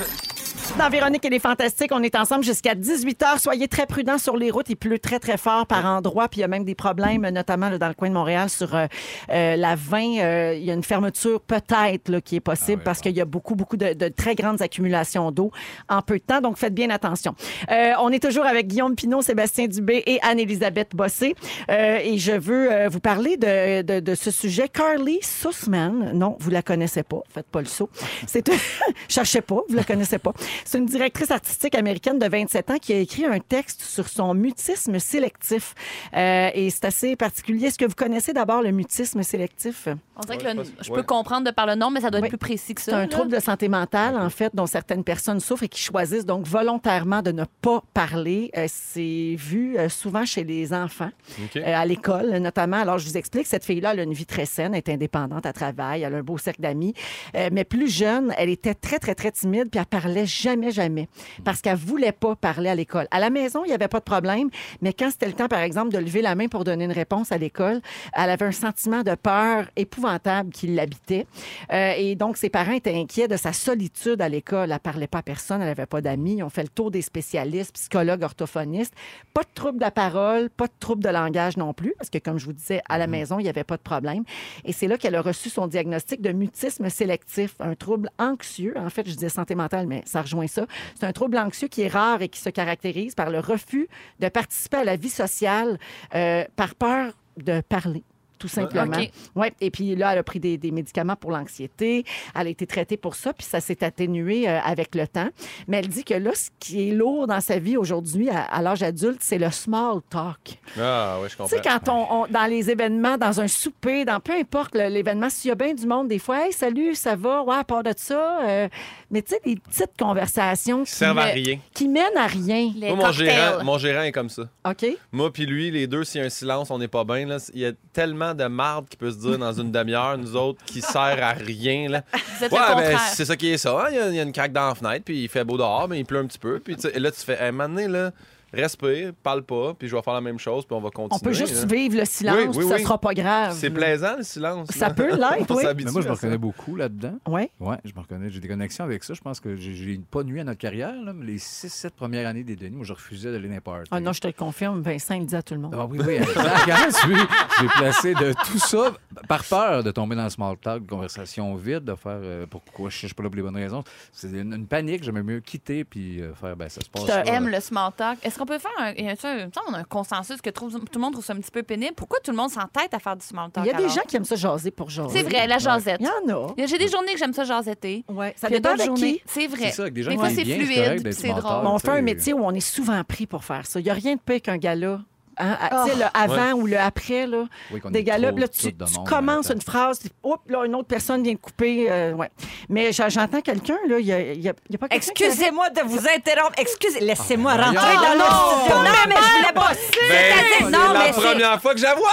S1: Dans Véronique et les Fantastiques, on est ensemble jusqu'à 18h. Soyez très prudents sur les routes. Il pleut très, très fort par endroits. Puis il y a même des problèmes, notamment là, dans le coin de Montréal, sur euh, euh, la 20. euh, il y a une fermeture peut-être là, qui est possible parce qu'il y a beaucoup, beaucoup de, de très grandes accumulations d'eau en peu de temps. Donc faites bien attention. Euh, on est toujours avec Guillaume Pinot, Sébastien Dubé et Anne-Élisabeth Bossé. Euh, et je veux euh, vous parler de, de- de ce sujet. Carly Sussman, non, vous la connaissez pas, faites pas le saut. C'est cherchez pas, vous la connaissez pas. C'est une directrice artistique américaine de 27 ans qui a écrit un texte sur son mutisme sélectif. Euh, et c'est assez particulier. Est-ce que vous connaissez d'abord le mutisme sélectif?
S2: On dirait
S3: Ouais,
S2: que le-
S3: je
S2: je,
S3: pense-
S2: peux
S3: ouais.
S2: comprendre de par le nom, mais ça doit être
S1: Oui.
S2: plus précis que ça.
S1: C'est un
S2: là.
S1: trouble de santé mentale, en fait, dont certaines personnes souffrent et qui choisissent donc volontairement de ne pas parler. Euh, c'est vu euh, souvent chez les enfants,
S3: OK.
S1: euh, à l'école notamment. Alors, je vous explique, cette fille-là, elle a une vie très saine, elle est indépendante, elle travaille, elle a un beau cercle d'amis. Euh, mais plus jeune, elle était très, très, très timide, puis elle parlait jamais, jamais, parce qu'elle voulait pas parler à l'école. À la maison, il n'y avait pas de problème, mais quand c'était le temps, par exemple, de lever la main pour donner une réponse à l'école, elle avait un sentiment de peur épouvantable qui l'habitait. Euh, et donc, ses parents étaient inquiets de sa solitude à l'école. Elle parlait pas à personne, elle n'avait pas d'amis. Ils ont fait le tour des spécialistes, psychologues, orthophonistes. Pas de trouble de la parole, pas de trouble de langage non plus, parce que, comme je vous disais, à la maison, il n'y avait pas de problème. Et c'est là qu'elle a reçu son diagnostic de mutisme sélectif, un trouble anxieux. En fait, je disais santé mentale, mais ça rejoint ça. C'est un trouble anxieux qui est rare et qui se caractérise par le refus de participer à la vie sociale euh, par peur de parler. Tout simplement.
S2: OK.
S1: Ouais. Et puis là, elle a pris des, des médicaments pour l'anxiété. Elle a été traitée pour ça, puis ça s'est atténué euh, avec le temps. Mais elle dit que là, ce qui est lourd dans sa vie aujourd'hui, à, à l'âge adulte, c'est le small talk.
S3: Ah, ouais, je
S1: Tu sais,
S3: comprends.
S1: quand on, on- dans les événements, dans un souper, dans peu importe le- l'événement, s'il y a bien du monde, des fois, hey, salut, ça va, ouais, à part de ça. euh, mais tu sais, des petites conversations
S3: Ils
S1: qui,
S3: servent à
S1: me-
S3: rien.
S1: qui mènent à rien.
S2: Les
S3: Moi, mon
S2: cocktails.
S3: gérant, mon gérant est comme ça.
S1: OK?
S3: Moi puis lui, les deux, s'il y a un silence, on n'est pas bien. là. Il y a tellement de marde qui peut se dire dans une demi-heure, nous autres, qui sert à rien. Là.
S2: Vous êtes le
S3: Ouais, ben,
S2: contraire.
S3: c'est ça qui est ça. hein. Il y a- il y, a une craque dans la fenêtre, puis il fait beau dehors, mais il pleut un petit peu. Puis tu sais, et là, tu fais, hey, maintenant, là, respire, parle pas, puis je vais faire la même chose, puis on va continuer.
S1: On peut juste
S3: là.
S1: vivre le silence,
S3: hein. Oui, oui,
S1: puis ça
S3: oui.
S1: sera pas grave.
S3: C'est plaisant, le silence.
S1: Ça
S3: là.
S1: peut l'être,
S3: On
S1: oui.
S3: s'habitue
S4: Mais moi, je me
S3: à ça.
S4: reconnais beaucoup là-dedans.
S1: Ouais.
S4: Ouais, je me reconnais. J'ai des connexions avec ça. Je pense que j'ai- j'ai pas nuit à notre carrière. là, mais les 6-7 premières années des Denis, moi, je refusais d'aller n'importe
S1: Ah non, je te le confirme, Vincent le dit à tout le monde.
S4: Ah oui, oui, exact. Hein, tu- J'ai placé de tout ça par peur de tomber dans le small talk, de conversation vide, de faire euh, pourquoi je ne suis pas là pour les bonnes raisons. C'est une, une panique, j'aimais mieux quitter puis euh, faire ben ça se passe.
S2: Je
S4: pas.
S2: aime le small talk. Est-ce qu'on peut faire un, y a-t-il un, il me semble qu'on a un consensus que trouve- tout le monde trouve ça un petit peu pénible? Pourquoi tout le monde s'entête à faire du small talk?
S1: Il y a des
S2: alors?
S1: gens qui aiment ça jaser pour jaser.
S2: C'est vrai, la jasette.
S1: Il y en a.
S2: Il y a- J'ai des journées que j'aime ça jasetter.
S1: Ouais, ça
S2: Puis il y a
S1: dépend
S2: d'autres
S1: avec
S2: journées.
S1: qui.
S2: C'est vrai.
S4: C'est ça, avec des gens
S2: Des
S4: qui
S2: fois,
S4: vivent
S2: c'est
S4: bien,
S2: fluide,
S4: c'est correct
S2: puis
S4: d'être euh,
S2: c'est
S4: menteur,
S2: drôle.
S4: tu
S1: on fait
S4: sais.
S1: un métier où on est souvent pris pour faire ça. Il n'y a rien de pire qu'un gala. Hein, à- Tu sais, le avant ou le après, là,
S4: Oui, qu'on
S1: des
S4: est
S1: galas,
S4: trop
S1: puis là,
S4: tout
S1: tu,
S4: de
S1: tu
S4: monde en
S1: commences
S4: même
S1: une phrase, puis, oups, là, une autre personne vient de couper. euh, ouais. Mais j'a- j'entends quelqu'un, là, il n'y a, il y a- il y a pas quelqu'un qui avait-
S9: Excusez-moi de vous interrompre. Excusez, laissez-moi
S4: Ah,
S9: rentrer
S4: ben
S9: dans
S4: voyons.
S9: le studio. Non, mais je voulais pas.
S3: Ben,
S9: C'est-à-dire-
S3: c'est
S9: non, mais
S3: la
S9: c'est-
S3: première fois que j'avoue!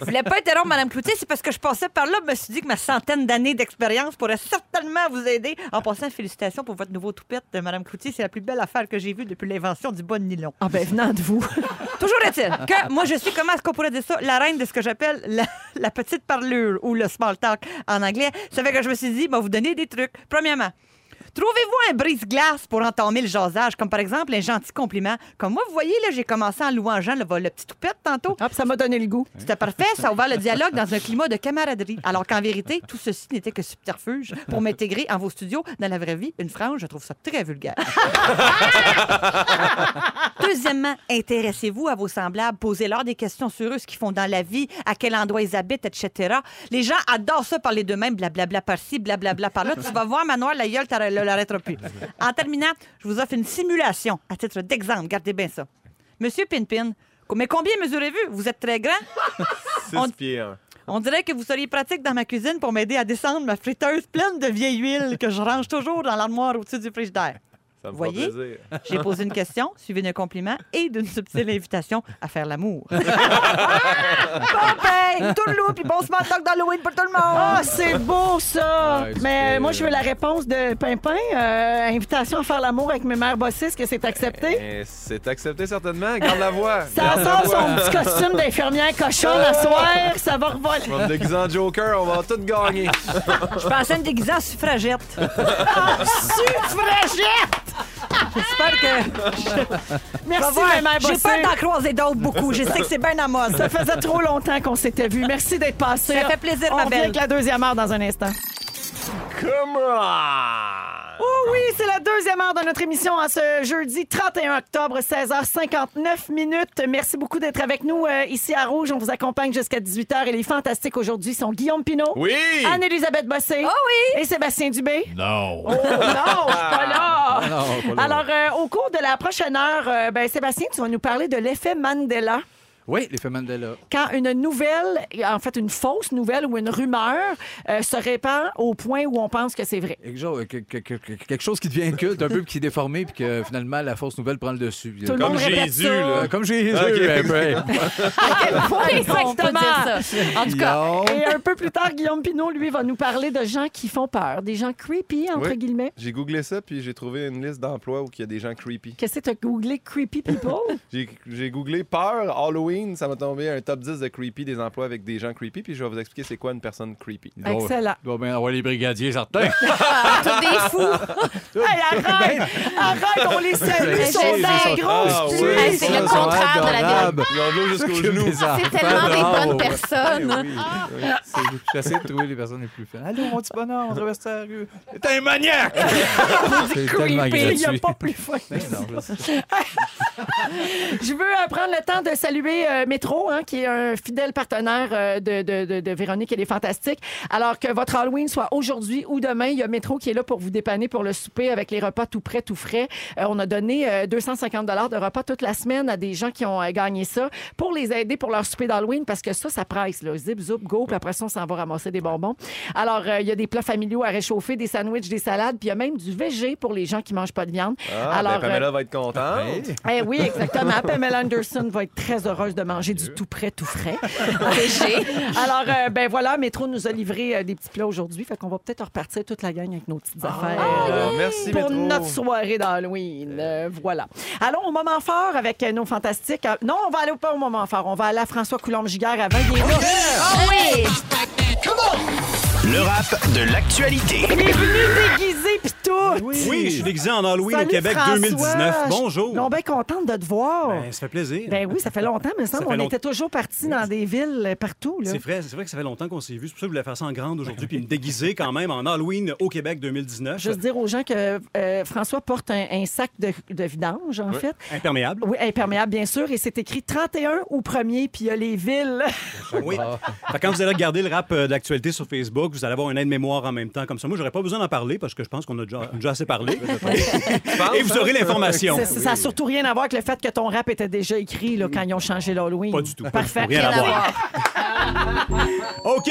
S9: Je voulais pas interrompre Mme Cloutier, c'est parce que je passais par là, je me suis dit que ma centaine d'années d'expérience pourrait certainement vous aider. En passant, félicitations pour votre nouveau toupette, Mme Cloutier. C'est la plus belle affaire que j'ai vue depuis l'invention du bon nylon.
S1: Ah ben, venant de vous.
S9: Toujours est-il que moi, je suis, comment est-ce qu'on pourrait dire ça, la reine de ce que j'appelle la, la petite parlure ou le small talk en anglais. Ça fait que je me suis dit, bah, vous donner des trucs. Premièrement, Trouvez-vous un brise-glace pour entamer le jasage, comme par exemple un gentil compliment. Comme moi, vous voyez, là, j'ai commencé en louangeant le, le petit toupette tantôt.
S1: Ah, puis ça m'a donné le goût.
S9: C'était parfait, ça a ouvert le dialogue dans un climat de camaraderie. Alors qu'en vérité, tout ceci n'était que subterfuge pour m'intégrer en vos studios. Dans la vraie vie, une frange, je trouve ça très vulgaire. Deuxièmement, intéressez-vous à vos semblables, posez-leur des questions sur eux, ce qu'ils font dans la vie, à quel endroit ils habitent, etc. Les gens adorent ça, parler d'eux-mêmes, blablabla par-ci, blablabla par-là. Tu vas voir, Manoir, la gueule, t'arrêtes- l'arrêtera plus. En terminant, je vous offre une simulation à titre d'exemple. Gardez bien ça. Monsieur Pinpin, mais combien mesurez-vous? Vous êtes très grand? On-
S3: Six pieds, hein.
S9: On dirait que vous seriez pratique dans ma cuisine pour m'aider à descendre ma friteuse pleine de vieille huile que je range toujours dans l'armoire au-dessus du frigidaire.
S3: Ça me
S9: Voyez?
S3: fait plaisir.
S9: J'ai posé une question, suivie d'un compliment et d'une subtile invitation à faire l'amour. bon ben, tout le loup, puis bon smartlock d'Halloween pour tout le
S1: Ah,
S9: monde!
S1: c'est beau ça!
S4: Ouais,
S1: Mais
S4: c'est-
S1: moi, je veux la réponse de Pimpin. Euh, invitation à faire l'amour avec mes mères bossées, est-ce que c'est accepté?
S3: Eh, C'est accepté certainement. Garde la voix.
S1: Ça
S3: Garde la
S1: sort
S3: voix.
S1: son petit costume d'infirmière cochon la soir, ça va revoler.
S3: Je vais me déguiser en Joker, on va tout gagner.
S9: Je pensais à me déguiser en suffragette.
S1: Suffragette!
S9: J'espère que.
S1: Merci, mes mères
S9: J'ai peur
S1: bossées.
S9: d'en croiser d'autres beaucoup. Je sais que c'est bien à mode.
S1: Ça faisait trop longtemps qu'on s'était vus. Merci d'être passé.
S9: Ça fait plaisir,
S1: On
S9: ma
S1: revient
S9: belle.
S1: avec la deuxième heure dans un instant.
S3: Come on!
S1: Oh oui, c'est la deuxième heure de notre émission en ce jeudi 31 octobre, 16h59 minutes. Merci beaucoup d'être avec nous euh, ici à Rouge. On vous accompagne jusqu'à 18h et les fantastiques aujourd'hui sont Guillaume Pinot,
S3: Oui!
S1: Ah, Anne-Elisabeth Bossé et Sébastien Dubé.
S4: Non.
S1: Oh non, je suis pas là.
S4: Non, pas Oh là.
S1: Alors, euh, au cours de la prochaine heure, euh, ben, Sébastien, tu vas nous parler de l'effet Mandela.
S4: Oui, l'effet Mandela.
S1: Quand une nouvelle, en fait une fausse nouvelle ou une rumeur euh, se répand au point où on pense que c'est vrai.
S4: Quelque chose, que- que- que- que- quelque chose qui devient inculte, un peu qui est déformé, puis que finalement, la fausse nouvelle prend le dessus.
S1: Tout le
S3: Comme
S1: monde répète
S3: Jésus,
S1: ça.
S3: là.
S4: Euh, Comme j'ai ben.
S3: Ok.
S2: Ah, on peut dire ça. En tout cas, euh,
S1: Et un peu plus tard, Guillaume Pinot, lui, va nous parler de gens qui font peur, des gens creepy, entre
S3: Oui.
S1: guillemets.
S3: J'ai googlé ça, puis j'ai trouvé une liste d'emplois où il y a des gens creepy.
S1: Qu'est-ce que tu as googlé creepy people?
S3: J'ai j'ai googlé peur, Halloween, ça m'a tombé un top 10 de creepy des emplois avec des gens creepy, puis je vais vous expliquer c'est quoi une personne creepy. Ah,
S1: Excellent.
S4: Il doit bien avoir les brigadiers, certains.
S2: tous Ah, des fous.
S1: Hey, arrête! arrête, on les salue, ils sont
S2: Jésus,
S1: dans
S2: ils sont-
S1: grosses
S3: Ah,
S1: cuisses.
S3: oui.
S2: Hey, c'est le contraire de la
S3: Ils ont de l'eau jusqu'aux genoux.
S4: Ah,
S2: C'est
S3: Ah,
S2: tellement des bonnes
S3: Eh
S2: personnes.
S4: J'essaie de trouver les personnes les plus fines. Allô, mon petit bonhomme, on traverse la rue. T'es un maniaque!
S1: Creepy, il n'y a pas plus fort.
S4: Non, je sais.
S1: Je veux euh, prendre le temps de saluer euh, Métro, hein, qui est un fidèle partenaire euh, de, de- de- de Véronique et les Fantastiques. Alors que votre Halloween soit aujourd'hui ou demain, il y a Métro qui est là pour vous dépanner pour le souper avec les repas tout prêts, tout frais. Euh, on a donné euh, 250 de repas toute la semaine à des gens qui ont euh, gagné ça pour les aider pour leur souper d'Halloween parce que ça, ça presse. Là. Zip, zoup, go, puis après ça, on s'en va ramasser des bonbons. Alors, euh, il y a des plats familiaux à réchauffer, des sandwichs, des salades, puis il y a même du végé pour les gens qui mangent pas de viande.
S3: Ah,
S1: Alors, euh,
S3: ben, Pamela va être contente.
S1: eh oui, exactement. Pamela Anderson va être très heureuse de manger du tout prêt, tout frais. Alors, euh, ben voilà, Métro nous a livré euh, des petits plats aujourd'hui. Fait qu'on va peut-être repartir toute la gang avec nos petites affaires. euh,
S3: Ah, merci,
S1: pour
S3: Métro.
S1: notre soirée d'Halloween. Euh, voilà. Allons au moment fort avec euh, nos fantastiques. Ah, Non, on va aller pas au moment fort. On va aller à François Coulombe-Giguère avant. Il est là.
S10: Le rap de l'actualité.
S1: Il est venu déguisé pis tout.
S6: Oui, je suis déguisé en Halloween
S1: Salut,
S6: au Québec
S1: François.
S6: 2019.
S1: Je-
S6: Bonjour.
S1: Non, bien contente de te voir.
S6: Ben, ça fait plaisir.
S1: Ben oui, ça fait longtemps, mais ça,
S6: Ça
S1: on
S6: fait long-
S1: était toujours partis dans des villes euh, partout. Là.
S6: c'est vrai, c'est vrai que ça fait longtemps qu'on s'est vu. C'est pour ça que je voulais faire ça en grande aujourd'hui, puis me déguiser quand même en Halloween au Québec 2019.
S1: Juste dire aux gens que euh, François porte un, un sac de, de vidange, en fait.
S6: Imperméable.
S1: Oui, imperméable, bien sûr. Et c'est écrit 31 ou 1er, puis il y a les villes.
S6: Oui. Fait que quand vous allez regarder le rap euh, de l'actualité sur Facebook, vous allez avoir un aide-mémoire en même temps. Comme ça, moi, j'aurais pas besoin d'en parler parce que je pense qu'on a déjà, déjà assez parlé. Et vous aurez l'information.
S1: Ça- Ça n'a surtout rien à voir avec le fait que ton rap était déjà écrit là, quand ils ont changé l'Halloween.
S6: Pas du tout.
S1: Parfait.
S6: Rien à voir. OK,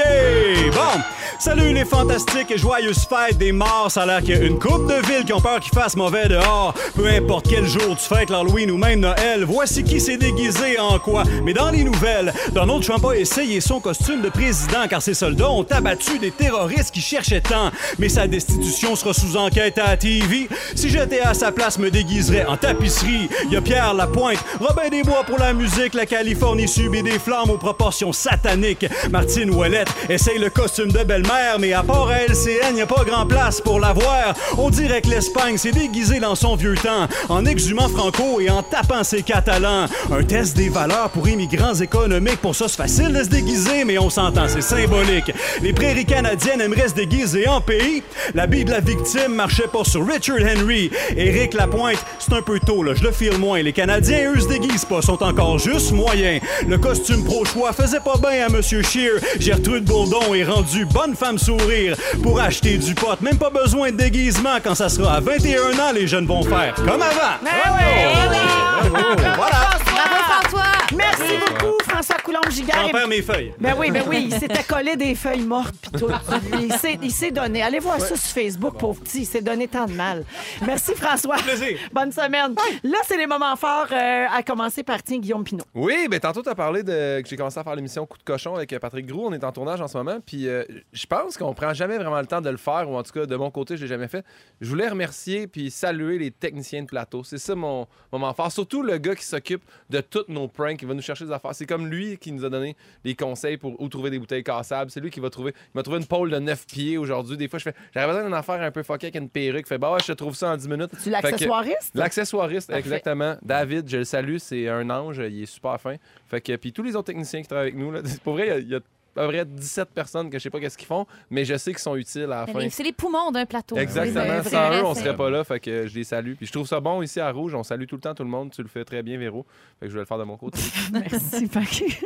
S6: bon. Salut les fantastiques et joyeuses fêtes des morts. Ça a l'air qu'il y a une coupe de villes qui ont peur qu'il fasse mauvais dehors. Peu importe quel jour tu fêtes l'Halloween ou même Noël, voici qui s'est déguisé en quoi. Mais dans les nouvelles, Donald Trump a essayé son costume de président car ses soldats ont abattu des terroristes qui cherchaient tant. Mais sa destitution sera sous enquête à la TV. Si j'étais à sa place, me déguiserais en tapisserie. Il y a Pierre Lapointe, Robin Desbois pour la musique, la Californie subit des flammes aux proportions sataniques. Martine Ouellette essaye le costume de belle-mère, mais à part à LCN, il n'y a pas grand place pour la voir. On dirait que l'Espagne s'est déguisée dans son vieux temps, en exhumant Franco et en tapant ses Catalans. Un test des valeurs pour immigrants économiques, pour ça c'est facile de se déguiser, mais on s'entend, c'est symbolique. Les prairies canadiennes aimeraient se déguiser en pays. L'habit de la victime marchait pas sur Richard Henry. Éric Lapointe, c'est un peu tôt, là, je le file moins. Les Canadiens, eux, se déguisent pas, sont encore juste moyens. Le costume pro-choix faisait pas bien à Monsieur Scheer. Gertrude Bourdon est rendue bonne femme sourire pour acheter du pot. Même pas besoin de déguisement quand ça sera à 21 ans, les jeunes vont faire comme avant.
S1: Ah ouais.
S6: Bravo. Voilà.
S2: Bravo, François.
S1: Merci beaucoup, François Coulombe-Giguère.
S6: J'en
S1: Garib-
S6: perds mes feuilles.
S1: Ben oui, ben oui, il s'était collé des feuilles mortes puis tout. Il s'est- Il s'est donné. Allez voir ça sur Facebook, pauvre petit. Il s'est donné tant de mal. Merci, François.
S6: Plaisir.
S1: Bonne semaine. Là, c'est les moments forts, euh, à commencer par tiens, Guillaume Pinot.
S3: Oui, ben tantôt, tu as parlé de, que j'ai commencé à faire l'émission Coup de cochon avec euh, Patrick Groux. On est en tournage en ce moment. Puis euh, je pense qu'on prend jamais vraiment le temps de le faire, ou en tout cas, de mon côté, je l'ai jamais fait. Je voulais remercier puis saluer les techniciens de plateau. C'est ça mon moment fort. Surtout le gars qui s'occupe de toutes nos pranks, qui va nous chercher des affaires. C'est comme lui qui nous a donné les conseils pour où trouver des bouteilles cassables. C'est lui qui va trouver. Il m'a trouvé une pole de 9 pieds aujourd'hui. Des fois, je fais. J'avais besoin d'une affaire un peu fuckée avec une perruque. Fait, bah ouais, je te trouve ça en 10 minutes.
S1: Tu
S3: Fait que-
S1: l'accessoiriste?
S3: L'accessoiriste,
S1: Parfait.
S3: exactement. David, je le salue, c'est un ange, il est super fin. Fait que, puis tous les autres techniciens qui travaillent avec nous, là, pour vrai, il y a- il y a, à vrai 17 personnes que je sais pas qu'est-ce qu'ils font, mais je sais qu'ils sont utiles à la
S2: Mais
S3: fin.
S2: les- C'est les poumons d'un plateau. Oui,
S1: ben,
S3: Exactement,
S2: mais
S3: sans
S2: vrai,
S3: eux, on
S2: c'est-
S3: serait pas là, fait que je les salue. Puis je trouve ça bon ici à Rouge, on salue tout le temps tout le monde, tu le fais très bien, Véro. Fait que je vais le faire de mon côté.
S1: Merci, Patrick.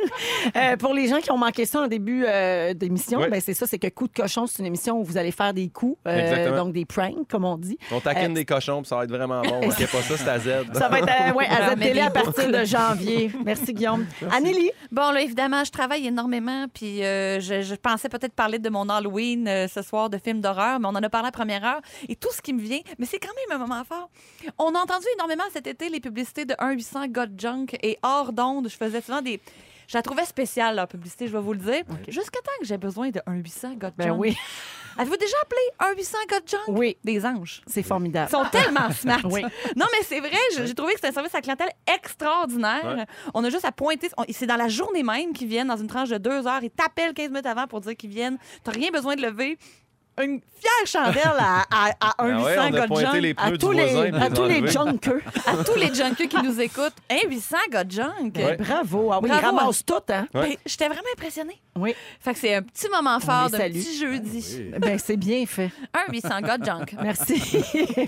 S1: Euh, pour les gens qui ont manqué ça en début euh, d'émission,
S3: Ouais.
S1: ben c'est ça, c'est que Coup de cochon, c'est une émission où vous allez faire des coups, euh,
S3: Exactement.
S1: donc des pranks, comme on dit.
S3: On taquine des cochons, puis ça va être vraiment bon. Ok, pas ça, c'est à Z.
S1: Ça va être euh, ouais,
S2: Ah,
S1: à
S2: mais
S1: ZTL à
S2: des
S1: partir
S2: boucles.
S1: de janvier. Merci, Guillaume. Anneli,
S2: Bon, là, évidemment, je travaille énormément, puis euh, je, je pensais peut-être parler de mon Halloween euh, ce soir de films d'horreur, mais on en a parlé à première heure, et tout ce qui me vient, mais c'est quand même un moment fort. On a entendu énormément cet été les publicités de 1-800 God Junk et Hors d'onde. Je faisais souvent des... Je la trouvais spéciale, leur publicité, je vais vous le dire. Jusqu'à temps que j'ai besoin de 1-800 God
S1: Ben
S2: Junk.
S1: oui.
S2: Avez-vous déjà appelé 1-800 God Junk?
S1: Oui.
S2: Des anges.
S1: c'est formidable.
S2: Ils sont tellement smart.
S1: Oui.
S2: Non, mais c'est vrai, je- j'ai trouvé que c'est un service à clientèle extraordinaire.
S3: Ouais.
S2: On a juste à pointer. on- c'est dans la journée même qu'ils viennent, dans une tranche de deux heures. Ils t'appellent 15 minutes avant pour dire qu'ils viennent. T'as rien besoin de lever. Une fière chandelle à, à, à
S3: Ah
S2: un 800
S3: ouais, on a
S2: God
S3: pointé
S2: Junk.
S3: les
S1: à
S3: pneus
S1: tous
S3: du voisin.
S1: les,
S3: puis
S1: à tous les
S3: enlevés.
S1: junkers.
S2: À tous les junkies qui nous écoutent, un 800 God Junk.
S1: Ben, Bravo. Ah oui,
S2: Bravo,
S1: ils ramassent tout, hein?
S2: Ben,
S3: Ouais.
S2: J'étais vraiment impressionnée.
S1: Oui.
S2: Fait que c'est un petit moment
S1: les
S2: fort d'un
S1: salue.
S2: petit jeudi.
S1: Ben, c'est bien fait.
S2: Un 800 God Junk.
S1: Merci.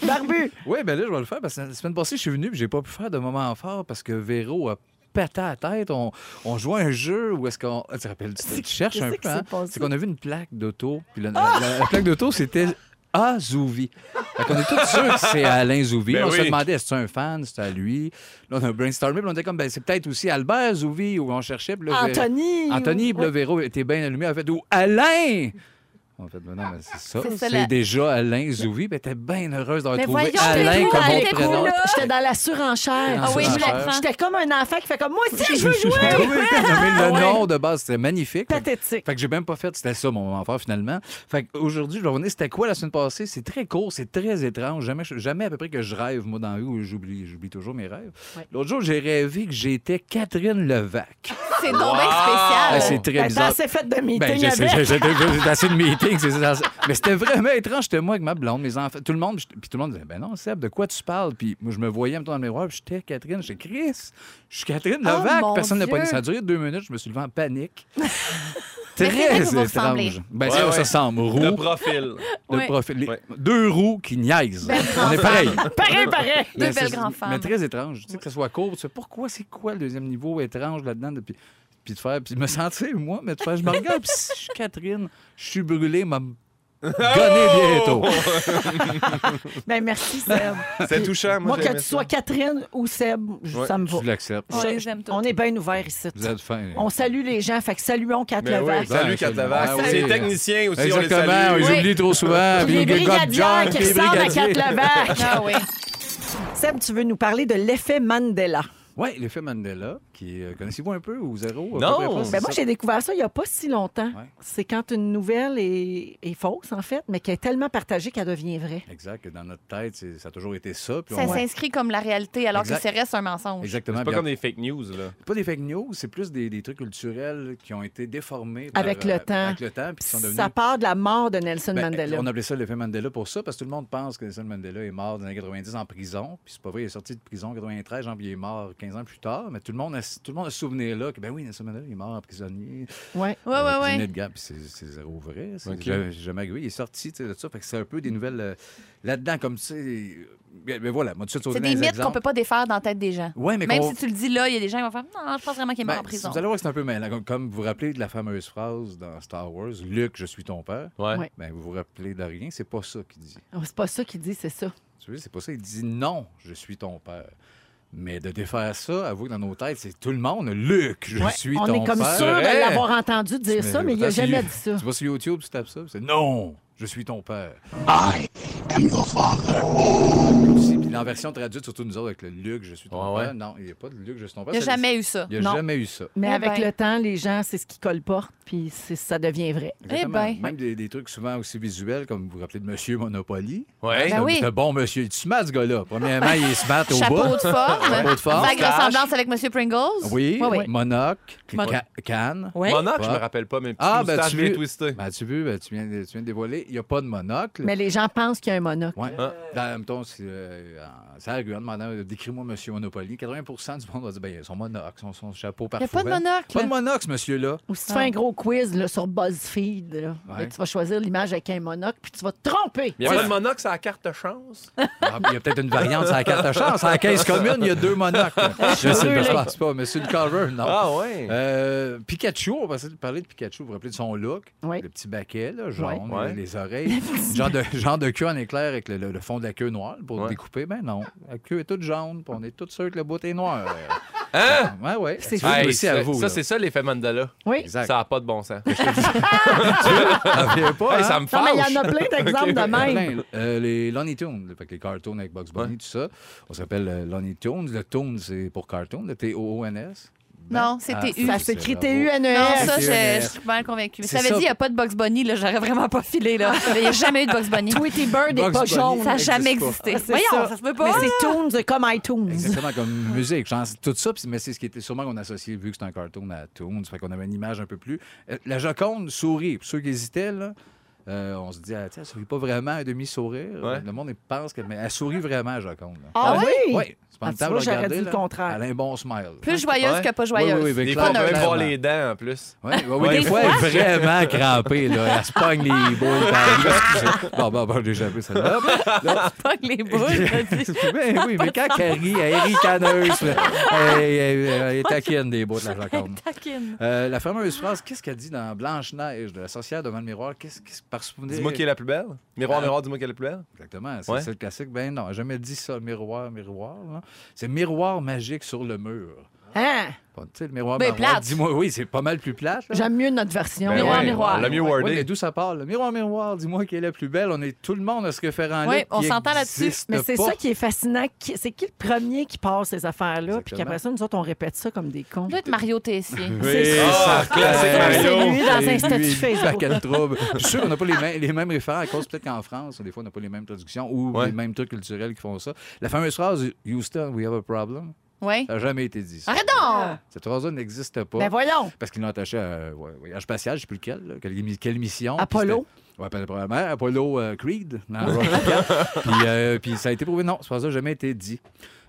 S1: Barbu.
S4: Oui, ben là, je vais le faire parce que la semaine passée, je suis venu et j'ai pas pu faire de moment fort parce que Véro a pété à la tête. On, on jouait à un jeu où est-ce qu'on. ah, Tu te rappelles, tu, tu cherches
S1: qu'est-ce
S4: un
S1: qui
S4: peu.
S1: s'est
S4: hein?
S1: passé?
S4: C'est qu'on a vu une plaque d'auto. Puis la, la- la- la plaque d'auto, c'était. Ah, Zouvi. Fait qu'on est tous sûrs que c'est Alain Zouvi.
S3: Ben
S4: on se
S3: oui.
S4: demandait, est-ce que c'est un fan? C'était à lui. Là, on a brainstormé. Puis on était comme, ben, c'est peut-être aussi Albert Zouvi où on cherchait. Puis là, Vé-
S1: Anthony.
S4: Anthony, puis là, Véro était bien allumé. Elle fait, ou Alain! En fait, ben non, mais c'est ça.
S2: C'est ça,
S4: C'est
S2: la-
S4: déjà Alain Zouvi. Ben, t'es bien heureuse d'avoir
S2: Mais
S4: trouvé
S2: voyons,
S4: Alain
S2: t'es
S4: comme
S2: où,
S4: mon
S2: t'es où,
S4: prénom.
S2: là?
S1: J'étais dans la surenchère.
S4: Ah oui, je
S1: J'étais-
S2: comprends.
S1: J'étais comme un enfant qui fait comme moi aussi, je veux
S4: J'ai
S1: jouer.
S4: trouvé
S2: Ah
S4: le nom de base, c'était magnifique. Fait que-
S1: Pathétique.
S4: Fait que j'ai même pas fait, c'était ça mon moment fort finalement. Fait que aujourd'hui, je vais revenir, c'était quoi la semaine passée? C'est très court, c'est très étrange. Jamais, jamais à peu près que je rêve, moi, dans la vie, où j'oublie, j'oublie toujours mes rêves.
S1: Ouais.
S4: L'autre jour, j'ai rêvé que j'étais Catherine Levac.
S2: C'est donc bien spécial.
S4: Ah, c'est très
S1: Ben,
S4: bizarre.
S1: t'as assez fait de
S4: Ben,
S1: meeting
S4: je sais,
S1: avec.
S4: j'ai- j'ai- j'ai- j'ai assez de meetings. c'est ça. Mais c'était vraiment étrange. J'étais moi avec ma blonde, mes enfants, tout le monde. j'étais- Puis tout le monde disait, ben non, Seb, de quoi tu parles? Puis moi, je me voyais en même temps dans le miroir. puis J'étais Catherine. J'étais Chris. Je suis Catherine
S2: Oh,
S4: Levac.
S2: mon
S4: Personne n'a
S2: Dieu.
S4: pas dit. Ça a duré deux minutes. Je me suis levé en panique.
S2: Mais c'est vrai
S4: Très
S2: que vous vous ressemblez.
S4: étrange. Ben,
S3: Ouais,
S4: ça,
S3: ouais.
S4: ça ressemble. Roux,
S3: Le
S4: de
S3: profil.
S2: Ouais.
S4: profil. les-
S3: Ouais.
S4: Deux roues qui niaisent. On est pareil.
S1: Pareil, pareil.
S2: Deux
S4: Mais
S2: belles
S4: c'est-
S2: grandes femmes.
S4: Mais très étrange. Tu sais, que ce soit court, tu sais, pourquoi c'est quoi le deuxième niveau étrange là-dedans? de- Puis, puis de faire, puis de me sentir, moi, mais de faire, je me regarde, puis si je suis Catherine, je suis brûlée, m'a gonné bientôt.
S1: Ben, merci, Seb.
S3: C'est touchant, moi.
S1: Moi, que
S3: j'aimais
S1: tu
S3: ça.
S1: sois Catherine ou Seb, je-
S3: Ouais.
S1: ça me va.
S4: Tu l'acceptes.
S2: On
S1: Je-
S2: les aime tous.
S1: On est bien ouverts ici.
S4: Vous êtes fin.
S1: On salue les gens, fait que saluons Kat
S3: Ben oui,
S1: Levac.
S3: salut,
S4: Absolument.
S3: Catavac.
S4: Ah oui.
S3: C'est technicien aussi, on les
S4: Exactement,
S3: salue.
S4: ils
S2: Oui.
S4: oublient trop souvent.
S1: Puis les
S4: puis God
S1: brigadières
S4: John,
S1: qui
S4: puis les
S1: ressemblent à Kat
S4: brigadiers.
S1: Levac.
S2: Ah oui.
S1: Seb, tu veux nous parler de l'effet Mandela.
S4: Oui, l'effet Mandela, qui euh, connaissez-vous un peu ou zéro? à peu
S3: Non.
S4: près pas, c'est
S1: Ben moi,
S4: ça?
S1: j'ai découvert ça il n'y a pas si longtemps.
S4: Ouais.
S1: C'est quand une nouvelle est, est fausse, en fait, mais qu'elle est tellement partagée qu'elle devient vraie.
S4: Exact, que dans notre tête, c'est- ça a toujours été ça. puis
S2: Ça
S4: on-
S2: s'inscrit comme la réalité, alors
S4: Exact.
S2: que ça reste un mensonge.
S4: Exactement.
S3: C'est pas
S4: puis
S3: comme des fake news, là.
S4: pas des fake news, c'est plus des, des trucs culturels qui ont été déformés euh,
S1: Avec le temps.
S4: Avec le temps, puis qui sont devenus.
S1: Ça part de la mort de Nelson
S4: Ben,
S1: Mandela.
S4: On appelait ça l'effet Mandela pour ça, parce que tout le monde pense que Nelson Mandela est mort dans les années 90 en prison. Puis c'est pas vrai, il est sorti de prison en 93, genre, puis il est mort 15 ans plus tard. Mais tout le monde a, tout le monde a ce souvenir-là que, ben oui, Nelson Mandela, il est mort en prisonnier.
S1: Ouais.
S2: Ouais,
S4: euh,
S2: ouais, ouais.
S4: prisonnier de guerre, puis c'est c'est zéro vrai. C'est
S3: Ok.
S4: jamais- jamais arrivé. Il est sorti tu sais, de ça. Fait que c'est un peu des nouvelles euh, là-dedans, comme tu sais. euh, ben, ben voilà, moi, tout de suite,
S2: C'est des mythes qu'on peut pas défaire dans la tête des gens.
S4: Ouais, mais
S2: Même
S4: qu'on-
S2: si tu le dis là, il y a des gens qui vont faire Non, je pense vraiment qu'il est mort
S4: Ben,
S2: en prison.
S4: Vous allez voir que c'est un peu mêlant. Comme- Comme vous vous rappelez de la fameuse phrase dans Star Wars, Luc, je suis ton père.
S3: Ouais.
S1: Ouais.
S4: Ben, vous vous rappelez de rien, c'est pas ça qu'il dit.
S1: Ah, Oh, C'est pas ça qu'il dit, c'est ça.
S4: Tu vois, c'est pas ça. Il dit non, je suis ton père. Mais de défaire ça, avouez que dans nos têtes, c'est tout le monde. Luc, je
S1: Ouais,
S4: suis
S1: on
S4: ton
S1: est comme
S4: père.
S1: sûr de
S4: Hey!
S1: l'avoir entendu dire
S4: Tu
S1: ça, mais
S4: mets-
S1: il a
S4: tu vas
S1: jamais
S4: sur-
S1: dit ça.
S4: Tu vas sur YouTube, tu tapes ça, puis c'est non, je suis ton père.
S10: I am your father.
S4: Aussi, puis en version traduite, surtout nous autres, avec le Luc, je suis ton père. Non, il n'y a pas de Luc, je suis ton père.
S2: Il y a
S4: Ça-
S2: jamais eu ça.
S4: Il n'y a
S2: Non.
S4: jamais eu ça.
S1: Mais
S2: Eh
S1: avec
S2: ben.
S1: le temps, les gens, c'est ce qui colporte, puis c'est- ça devient vrai.
S4: Exactement.
S2: ben.
S4: Même des, des trucs souvent aussi visuels, comme vous vous rappelez de Monsieur Monopoly.
S3: Ouais.
S4: C'est un-
S2: Ben oui.
S4: C'est un bon monsieur. Il est smart, ce gars-là. Premièrement, il est smart au
S2: Chapeau
S4: bas.
S2: de forme.
S4: Chapeau de forme. Ah
S2: Vague ressemblance avec M. Pringles.
S4: Oui,
S1: Oui, oui.
S4: Monoc, Cannes.
S9: Oui.
S3: Monocle, je
S4: Ouais.
S3: me rappelle pas, mais petit
S4: Ah,
S3: ah,
S4: ben, tu
S3: bien
S4: veux-
S3: twisté.
S4: Ben, tu veux, ben, tu, viens, de- tu viens de dévoiler, il n'y a pas de monocle.
S1: Mais les gens pensent qu'il y a un monocle.
S4: Ouais.
S3: Ah.
S4: Dans, mettons, si, euh, en- ça argument demandant euh, décris-moi Monsieur Monopoly. 80 du monde va dire ben, son monocle, son, son
S2: Il
S4: chapeau
S2: n'y
S4: parfait.
S2: a pas de hein. monocle.
S4: hein. Pas de monocle, ce monsieur-là.
S1: Ou si tu fais un gros quiz là, sur BuzzFeed, là,
S4: Ouais.
S1: là, tu vas choisir l'image avec un monocle, puis tu vas te tromper.
S3: Il y a pas de monocle, c'est la carte de chance.
S4: Ah, Il y a peut-être une variante sur la carte de chance. À la 15 communes, il y a deux monocles. Je sais pas, je pense pas. Monsieur le Carver, non.
S3: Ah, ouais.
S4: Euh, Pikachu, on va essayer de parler de Pikachu. Vous vous rappelez de son look?
S1: Oui.
S4: Le petit baquet, là, jaune,
S3: Ouais.
S4: les- les oreilles. genre, de, genre de queue en éclair avec le, le- le fond de la queue noire pour
S3: Ouais.
S4: découper. Ben non, la queue est toute jaune, puis on est tous sûrs que le bout est noir.
S3: Hein?
S4: Ouais, ouais.
S1: C'est
S4: Tu vois,
S3: Hey,
S4: aussi à
S3: ça-
S4: vous.
S3: ça, c'est ça l'effet Mandela.
S1: Oui.
S4: Exact.
S3: Ça n'a pas de bon sens.
S4: Ça revient pas.
S3: Hey,
S4: hein?
S3: ça me
S1: Non, mais
S3: fâche.
S1: il y en a plein d'exemples de même.
S4: Plein. Euh, les Lonnie Tunes, fait que les cartoons avec Bugs Bunny,
S3: Ouais.
S4: tout ça. On s'appelle euh, Lonnie Tunes. Le Toon, c'est pour cartoon, le T-O-O-N-S. Ben,
S2: Non,
S4: ah,
S2: c'est T-U.
S1: Ça s'écrit
S2: Non,
S1: T-U-N-E-S.
S2: ça,
S4: c'est
S2: je,
S4: honnête.
S2: je suis pas mal convaincue. Mais
S4: C'est
S2: ça veut
S4: ça.
S2: dire qu'il n'y a pas de Box Bunny, là, j'aurais vraiment pas filé. Là. Il n'y a jamais eu de Box Bunny.
S1: Tweety Bird
S4: Bugs
S1: n'est pas
S4: Bunny.
S1: jaune.
S2: Ça n'a jamais
S4: n'existe
S1: C'est
S2: existé. Voyons,
S1: ça.
S2: ça se peut
S1: Mais
S2: pas.
S1: c'est Toons comme iTunes.
S4: Exactement, comme musique, genre, c'est tout ça. puis- Mais c'est ce qui était sûrement qu'on associait, vu que c'est un cartoon à Toons, fait qu'on avait une image un peu plus. Euh, La Joconde sourit. Pour ceux qui hésitaient, là, euh, on se dit, ah, tiens, elle sourit pas vraiment un demi-sourire.
S3: Ouais.
S4: Le monde il pense que. Mais elle sourit vraiment, la Joconde. là.
S1: Ah oui?
S4: Oui, c'est pas
S1: Ah,
S4: le
S1: tu
S4: temps de
S1: vois, j'aurais
S4: regarder,
S1: dit le
S4: là.
S1: contraire.
S4: Elle a un bon smile.
S2: Plus joyeuse
S3: Ouais.
S2: que pas
S4: Oui,
S2: joyeuse.
S4: oui, oui,
S3: Des
S4: mais
S3: fois, on peut
S4: clairement.
S3: même voir les dents en plus.
S4: Oui, oui, oui,
S3: Ouais,
S4: des fois, elle est vraiment crampée. Là. Elle se pogne les boules. par- Excusez. Bon, bon, bon, j'ai échappé celle-là.
S2: Pas que les boules.
S4: Ben oui, mais quand elle rit, elle rit caneuse. là. Elle, elle- elle- elle est taquine des bouts de la Joconde.
S2: Taquine.
S4: Euh, la fameuse phrase, qu'est-ce qu'elle dit dans Blanche-Neige, de la sorcière devant le miroir? Qu'est-ce qu'est-ce- par souvenir?
S3: Dis-moi qui est la plus belle. Miroir, miroir, dis-moi qui est la plus belle.
S4: Exactement, c'est
S3: Ouais.
S4: c'est le classique. Ben non, j'ai jamais dit ça, miroir, miroir. là. C'est miroir magique sur le mur.
S1: Hein?
S4: Bon, tu sais, le miroir
S2: Ben,
S4: miroir,
S2: plate.
S4: dis-moi, oui, c'est pas mal plus plate. là.
S1: J'aime mieux notre version.
S3: Ben
S2: Miroir,
S3: ouais,
S2: miroir.
S3: on l'a mieux
S4: Ouais, ouais, mais
S3: wordé.
S4: d'où ça parle? là? Miroir, miroir, dis-moi qui est la plus belle. On est tout le monde à ce référent-là.
S2: Oui, on
S4: qui
S2: s'entend là-dessus.
S4: existe
S1: Mais c'est
S4: pas.
S1: ça qui est fascinant. Qui- C'est qui le premier qui passe ces affaires-là? Puis
S4: Exactement.
S1: qu'après ça, nous autres, on répète ça comme des cons.
S2: doit être Mario Tessier.
S4: C'est
S3: Ah, classique
S1: C'est
S3: Mario.
S1: lui dans un
S4: Ben Lui,
S1: statut
S4: lui,
S1: Facebook.
S4: paquet de troubles. Je suis sûr qu'on n'a pas les, mêmes- les mêmes référents à cause peut-être qu'en France, des fois, on n'a pas les mêmes traductions ou
S3: Ouais.
S4: les mêmes trucs culturels qui font ça. La fameuse phrase Houston, we have a problem,
S2: Oui.
S4: ça n'a jamais été dit. ça.
S2: Arrête
S1: Ah.
S2: donc!
S4: Cette phrase-là n'existe pas.
S1: Ben voyons.
S4: parce qu'ils l'ont attaché à un voyage spatial, je ne sais plus lequel, là, quelle, émi- quelle mission.
S1: Apollo.
S4: Oui, probablement Apollo euh, Creed, dans Rocky IV. puis, euh, puis ça a été prouvé, non, ce phrase-là n'a jamais été dit.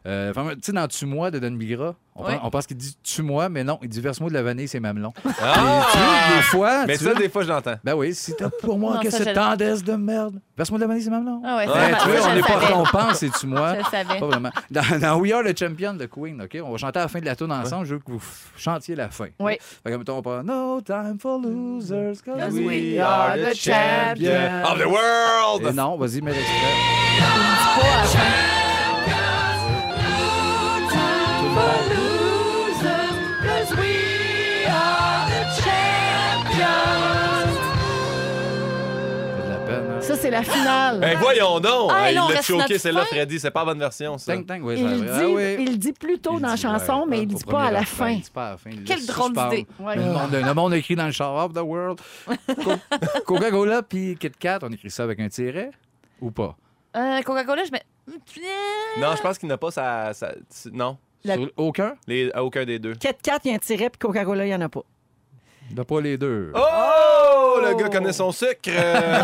S4: Euh, enfin, tu sais, dans Tue-moi de Dan Bigra, on,
S2: Ouais.
S4: pense, on pense qu'il dit Tue-moi, mais non, il dit Verse-moi de la vanille, c'est mamelon. Tu
S3: Ah!
S4: vois, des fois.
S3: Mais
S4: tu
S3: ça,
S4: vois-
S3: des fois, je l'entends.
S4: Ben oui, si t'as pour moi
S2: Non,
S4: que
S2: ça, je
S4: cette
S2: l'ai.
S4: tendresse de merde. Verse-moi de la vanille, c'est mamelon.
S2: Ah ouais, ça,
S4: Ouais,
S2: ça,
S4: tu
S2: ça,
S4: vois,
S2: je
S4: on
S2: le
S4: n'est pas
S2: savais.
S4: récompense, c'est-tu moi?
S2: Je le savais.
S4: Pas vraiment. Dans, dans We Are the Champion de Queen, OK? On va chanter à la fin de la tune ensemble. Je veux que vous f- chantiez la fin.
S1: Oui.
S4: Fait que, mettons, on part No time for losers, cause
S1: we
S4: we.
S1: are the champion
S3: of the world.
S4: Eh non, vas-y, mets l'extrait. T'as de la peine, hein?
S1: Ça, c'est la finale.
S3: Ben voyons donc!
S2: Ah,
S3: Hey,
S2: là, on
S3: il l'a
S2: reste notre
S3: choqué, c'est là,
S2: fin.
S3: Freddy. C'est pas la bonne version, ça.
S4: Tang, tang, oui,
S1: Il
S4: ça-
S1: dit,
S4: ah oui.
S1: il dit plus tôt
S4: Il
S1: dans la
S4: dit,
S1: chanson,
S4: ouais,
S1: mais il
S4: au
S1: dit pas à
S4: premier
S1: la
S4: refrain,
S1: fin.
S4: il dit pas à la fin. Il
S2: Quelle
S4: laisse
S2: drôle
S4: suspendre.
S2: d'idée.
S1: Ouais.
S4: Le monde, le monde écrit dans le char of the world. Co- Coca-Cola puis Kit Kat, on écrit ça avec un tiret ou pas?
S2: Euh, Coca-Cola, je mets.
S3: Non, je pense qu'il n'a pas sa. sa- tu- Non,
S1: La-
S4: Sur- aucun?
S3: les... à aucun des deux.
S1: 4-4, il y a un tiret, puis Coca-Cola, il n'y en a pas.
S4: Il n'a pas les deux.
S3: Oh! Le
S4: Oh!
S3: gars connaît son sucre. Euh,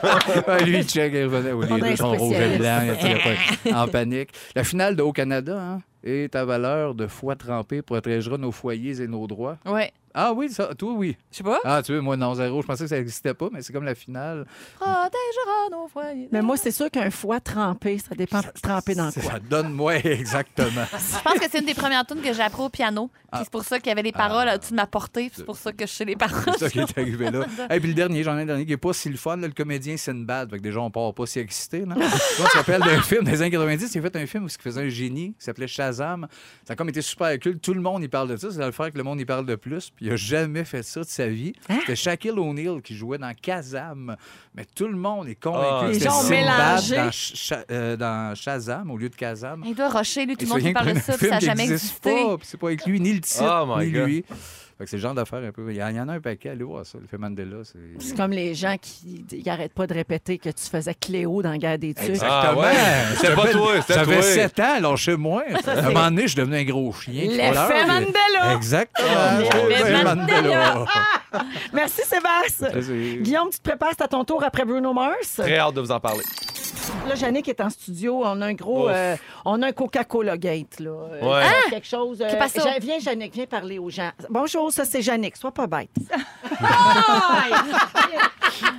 S4: Ah, lui, il check, il revenait. Oui,
S1: On
S4: les
S1: a un
S4: deux sont rouges et
S1: spécialiste.
S4: blancs. il était pas- en panique. La finale de Haut-Canada hein, est à valeur de foi trempée protégera nos foyers et nos droits.
S2: Ouais.
S4: Ah oui, ça, toi, oui.
S2: Je sais pas.
S4: Ah, tu veux, moi, non, zéro. Je pensais que ça n'existait pas, mais c'est comme la finale.
S2: Protégera nos foyers.
S1: Mais moi, c'est sûr qu'un foie trempé, ça dépend trempé dans quoi.
S4: Ça donne moi exactement.
S2: Je pense que c'est une des premières tunes que j'ai appris au piano. Puis
S4: Ah.
S2: c'est pour ça qu'il y avait les paroles au-dessus de ma portée. puis C'est pour ça que je sais les paroles.
S4: C'est ça qui est arrivé là. Et puis le dernier, j'en ai un dernier qui n'est pas si le fun, là, le comédien Sinbad. Fait que déjà, on part pas si excité. Là. Moi, ça s'appelle d'un film des années 90. Il a fait un film où il faisait un génie qui s'appelait Shazam. Ça a comme été super culte. Tout le monde y parle de ça. C'est le faire que le monde y parle de plus. Puis il a jamais fait ça de sa vie.
S3: Hein?
S4: C'était Shaquille O'Neal qui jouait dans Kazam. Mais tout le monde est
S3: Ah,
S4: convaincu que
S3: les
S4: c'était
S3: gens ont
S4: Sinbad
S1: mélangé.
S4: dans, Sha- euh, dans Shazam au lieu de Kazam.
S2: Il doit rusher, lui, tout
S4: Et
S2: le
S4: c'est
S2: monde qui
S4: rien que
S2: parle de
S4: un
S2: ça, puis
S4: film
S2: ça n'a
S4: qui
S2: jamais
S4: existe
S2: existé.
S4: pas, puis c'est pas avec lui, ni le titre,
S3: Oh my
S4: ni
S3: God.
S4: lui. Ah, Fait que c'est le genre d'affaire un peu. Il y en a un paquet. Allez voir ça. Le fait Mandela, c'est.
S1: C'est comme les gens qui n'arrêtent pas de répéter que tu faisais Cléo dans Guerre des Tucs.
S3: Ah ouais? C'était pas toi, c'était
S4: J'avais
S3: toi.
S4: 7 ans, alors chez moi. À un moment donné, je suis devenu un gros chien. qui
S1: L'effet
S4: pleure.
S1: Mandela.
S4: Exactement. L'effet Mandela.
S3: Ah.
S1: Merci, Sébastien.
S4: Plaisir.
S1: Guillaume, tu te prépares, c'est à ton tour après Bruno Mars.
S3: Très hâte de vous en parler.
S1: Là, Yannick est en studio. On a un gros.
S3: Ouf.
S1: euh, on a un Coca-Cola Gate, là. Euh,
S4: Ah!
S3: Ouais.
S1: Quelque chose. euh,
S2: Que passe ça?
S1: Ja- viens, Yannick, viens parler aux gens. Bonjour, ça, c'est Yannick. Sois pas bête.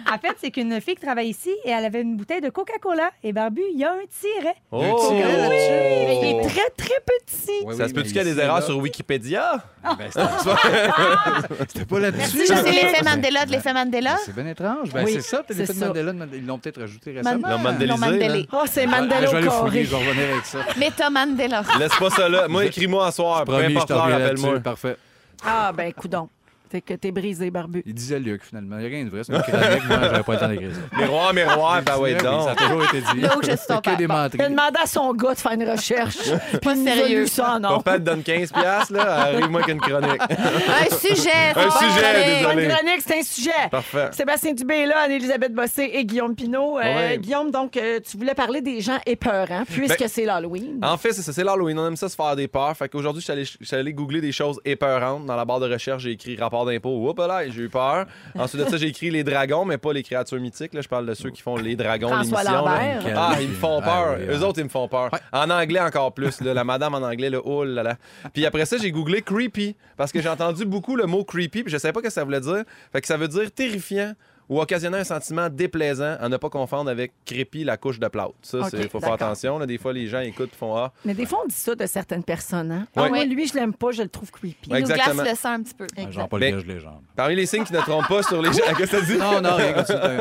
S11: En fait, c'est qu'une fille qui travaille ici et elle avait une bouteille de Coca-Cola. Et Barbu, il y a un tiret.
S3: Oh!
S1: Mais il est très, très petit.
S4: Ouais,
S3: Ça
S4: oui,
S3: se
S4: mais
S3: peut-tu qu'il y a des
S4: ici,
S3: erreurs
S4: là,
S3: sur Ah. Wikipédia?
S4: ben, c'était- C'était pas là-dessus.
S2: Si je sais l'effet Mandela de l'effet Mandela,
S4: C'est bien étrange. Ben,
S1: Oui,
S4: c'est ça, peut-être
S1: c'est
S4: l'effet de
S1: ça.
S4: Mandela. de Mandela. Ils l'ont peut-être rajouté récemment.
S3: Non, Mandela.
S2: non Mandela.
S1: Oh, c'est
S4: Ben,
S1: Mandela
S4: je vais aller fouiller,
S1: Corée.
S4: je vais revenir avec ça.
S2: Mais Tom Mandela.
S3: Laisse pas ça là. Moi, écris-moi à soir. Peu
S4: Promis, je
S3: importe l'heure,
S4: t'en
S3: appelle-moi.
S4: là-dessus. Parfait.
S1: Ah, ben, coudon. C'est que t'es brisé, barbu.
S4: Il disait Luc, finalement. Il n'y a rien de vrai. C'est une céramique. Moi, j'avais pas le temps d'écrire ça.
S3: Miroir, miroir, bah ouais,
S4: Oui, Ça a
S3: donc.
S4: toujours été dit.
S2: Là où je suis ton
S4: que
S2: père.
S4: des
S1: Il a
S4: menteries.
S1: demandé à son gars de faire une recherche. Puis il nous a
S2: sérieux.
S1: lu ça en or.
S3: Papa te donne 15$, piastres, là. Arrive-moi qu'une chronique.
S2: Un sujet, c'est
S3: Un
S2: pas
S3: sujet,
S2: correct.
S3: désolé.
S1: Bonne chronique, c'est un sujet.
S3: Parfait.
S1: Sébastien Dubé est là, Anne-Elisabeth Bossé et Guillaume Pinault. Euh,
S3: Ouais.
S1: Guillaume, donc, euh, tu voulais parler des gens épeurants, puisque
S3: Ben-
S1: c'est l'Halloween.
S3: En fait, c'est ça, c'est l'Halloween. On aime ça se faire des peurs. Fait qu'aujourd'hui, je suis allé- je suis allé googler des choses épeurantes. Dans la barre de recherche, j'ai écrit rapport d'impôt. Oups là, j'ai eu peur. Ensuite de ça, j'ai écrit les dragons, mais pas les créatures mythiques. Là, je parle de ceux qui font les dragons,
S1: François
S3: l'émission. là.
S1: Lambert.
S3: Ah, ils me font peur.
S4: Ah oui,
S3: Eux
S4: ah.
S3: autres, ils me font peur. En anglais encore plus. là. la madame en anglais, le oh là là. Puis après ça, j'ai googlé creepy parce que j'ai entendu beaucoup le mot creepy, puis je savais pas ce que ça voulait dire. Fait que ça veut dire terrifiant ou occasionner un sentiment déplaisant à ne pas confondre avec creepy la couche de plâtre. Ça,
S1: Ok,
S3: il faut faire
S1: d'accord.
S3: attention. là. Des fois, les gens écoutent et font ah.
S1: Mais des fois, on dit ça de certaines personnes. Hein?
S3: Ouais.
S1: Ah, moi, lui, je l'aime pas, je le trouve creepy.
S2: Il nous
S3: Exactement.
S2: glace le sang un petit peu.
S1: Exact.
S4: Jean-Paul
S3: Ben-
S4: Gage, les jambes.
S3: Parmi les signes qui ne trompent pas sur les gens. Qu'est-ce que ça dit?
S4: Non, non, rien comme ça.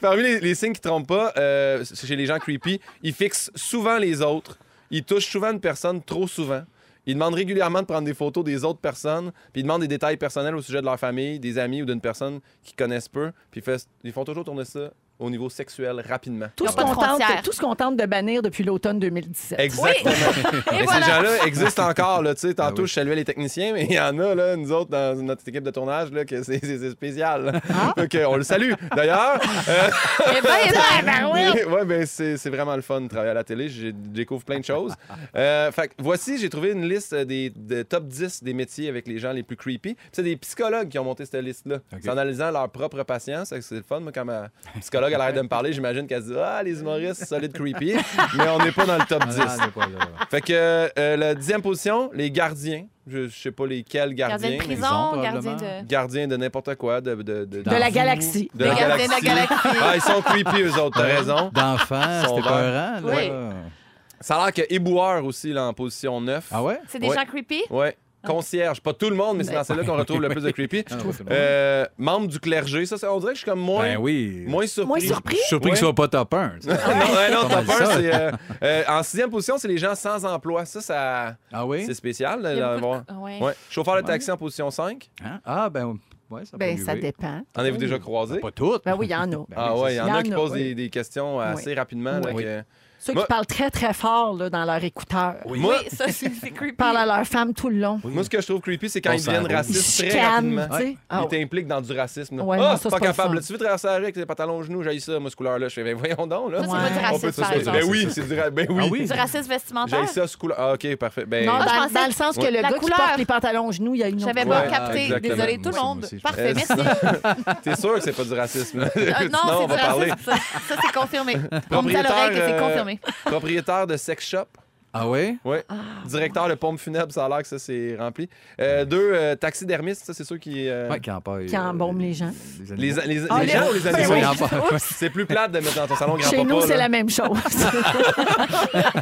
S3: Parmi les, les signes qui ne trompent pas euh, chez les gens creepy, ils fixent souvent les autres. Ils touchent souvent une personne trop souvent. Ils demandent régulièrement de prendre des photos des autres personnes, puis ils demandent des détails personnels au sujet de leur famille, des amis ou d'une personne qu'ils connaissent peu. Puis ils, fait- ils font toujours tourner ça au niveau sexuel rapidement.
S1: Tout
S2: Ils
S1: ce,
S2: ont pas de
S1: qu'on tente,
S2: frontières.
S1: tout ce qu'on tente de bannir depuis l'automne 2017.
S3: Exactement.
S2: Et
S3: Mais ces
S2: voilà.
S3: gens-là existent encore. Là, tu sais, tantôt,
S4: Ah oui.
S3: je saluais les techniciens, mais il y en a, là, nous autres, dans notre équipe de tournage, là, que c'est- c'est c'est spécial. Fait que on le salue. D'ailleurs, euh,
S2: Eh ben, eh ben, ben oui.
S3: ouais, ben, c'est c'est vraiment le fun de travailler à la télé. Je découvre plein de choses. Euh, fait que voici, j'ai trouvé une liste euh, des, de top 10 des métiers avec les gens les plus creepy. Puis C'est des psychologues qui ont monté cette liste-là.
S4: Ok.
S3: C'est en analysant leur propre patience. Fait que C'est le fun. Moi, quand ma psychologue a l'air de me parler, j'imagine qu'elle se dit Ah, les humoristes, solide creepy. Mais on n'est pas dans le top 10. Fait que euh, la dixième position, les gardiens. Je, je sais pas lesquels
S2: Gardien
S3: gardiens.
S2: de
S3: mais
S2: prison,
S4: mais-
S2: gardien de.
S3: Gardiens de n'importe quoi, de, de, de-
S1: De la
S4: Vous-
S1: galaxie.
S3: de
S2: Des gardiens de la galaxie.
S3: Ah, ils sont creepy, eux autres, t'as raison.
S4: D'enfants,
S3: Son
S4: c'était peurant, là.
S2: Oui.
S3: Ça a l'air que éboueur aussi, là, en position 9.
S4: Ah ouais? Ben
S2: C'est des
S3: Ouais.
S2: gens creepy?
S3: Ouais. Concierge, pas tout le monde, mais c'est dans celle-là qu'on retrouve le plus de creepy.
S4: Ah,
S3: Euh, membre du clergé, ça, ça, on dirait que je suis comme moins,
S4: Ben oui.
S3: moins surpris.
S1: Moins surpris.
S4: Je suis surpris
S3: Ouais.
S4: qu'il soit pas top 1. tu sais.
S3: non, ouais, non,
S4: Pas
S3: t'as
S4: mal
S3: peur,
S4: ça.
S3: c'est. euh, euh, en sixième position, c'est les gens sans emploi. Ça, ça
S4: Ah oui?
S3: c'est spécial.
S2: Il y a
S3: là,
S2: beaucoup
S3: voir.
S2: de- Ouais.
S3: Ouais. Chauffeur de
S4: Ouais.
S3: taxi en position 5.
S4: Hein? Ah, ben, ouais, ça peut
S1: Ben, ça
S4: arriver.
S1: dépend.
S3: En avez-vous déjà croisé?
S4: Pas toutes.
S1: Ben oui, il y en a.
S4: Ben
S3: Ah
S4: oui,
S3: ouais,
S4: c'est
S3: il y
S1: ça.
S3: en a qui
S1: Il y en a,
S3: posent
S1: oui.
S3: des, des questions assez
S1: Oui.
S3: rapidement. là,
S4: Oui.
S3: que-
S1: Ceux
S3: Moi-
S1: qui parlent très, très fort là, dans leur écouteur.
S3: Moi,
S2: Oui, ça, c'est c'est creepy.
S1: Ils parlent à leur femme tout le long.
S3: moi, ce que je trouve creepy, c'est quand
S4: On
S3: ils deviennent
S4: s'en roule.
S1: Ils
S3: racistes très
S1: chicanent,
S3: rapidement.
S1: tu sais. Ah
S3: Ils t'impliquent dans du racisme. là.
S1: Ouais, non,
S3: ah,
S1: ça, c'est
S3: pas
S1: pas le
S3: capable.
S1: fun.
S3: Tu veux traverser la rue avec tes pantalons aux genoux? J'ai ça, moi, ce couleur-là. Je fais, ben voyons donc. Là.
S2: Ça, c'est
S1: Ouais.
S2: pas du
S1: On
S4: peut
S2: racisme,
S4: se
S2: par
S4: poser-
S2: exemple.
S3: Ben oui, c'est du ra- Ben oui.
S4: Ah oui?
S2: Du racisme
S3: J'ai
S2: vestimentaire.
S3: ça, ce couleur. Ah, ok, parfait. Ben,
S1: Non,
S2: Ah, je
S1: dans,
S2: pensais-
S1: dans le sens que le
S2: Ouais.
S1: gars
S2: La
S1: qui
S2: couleur.
S1: porte les pantalons aux genoux, il y a une autre
S2: J'avais
S1: couleur.
S2: pas
S3: Ouais,
S2: capté.
S3: exactement.
S2: Désolé, tout
S4: Moi
S2: le
S4: aussi,
S2: monde.
S4: moi aussi, je
S2: Parfait, merci.
S3: t'es sûr que c'est pas du racisme. là?
S2: Euh, non,
S3: Sinon, on
S2: c'est du
S3: va parler.
S2: racisme, ça. Ça, c'est confirmé. On me dit à l'oreille que c'est
S3: Propriétaire, euh,
S2: confirmé.
S3: Propriétaire de sex shop.
S4: Ah oui?
S9: Oui. Directeur de pompe funèbre, ça a l'air que ça, c'est rempli. Euh, deux, euh, taxidermistes, ça, c'est ceux qui. euh,
S4: Ouais, euh, qui empaillent,
S1: Qui embaume les gens.
S9: Les, les, les
S1: Ah, les-
S9: gens ou les
S1: Ben
S9: animaux?
S1: oui. Oups.
S9: C'est plus plate de mettre dans ton salon grand
S1: Chez nous, c'est la même chose.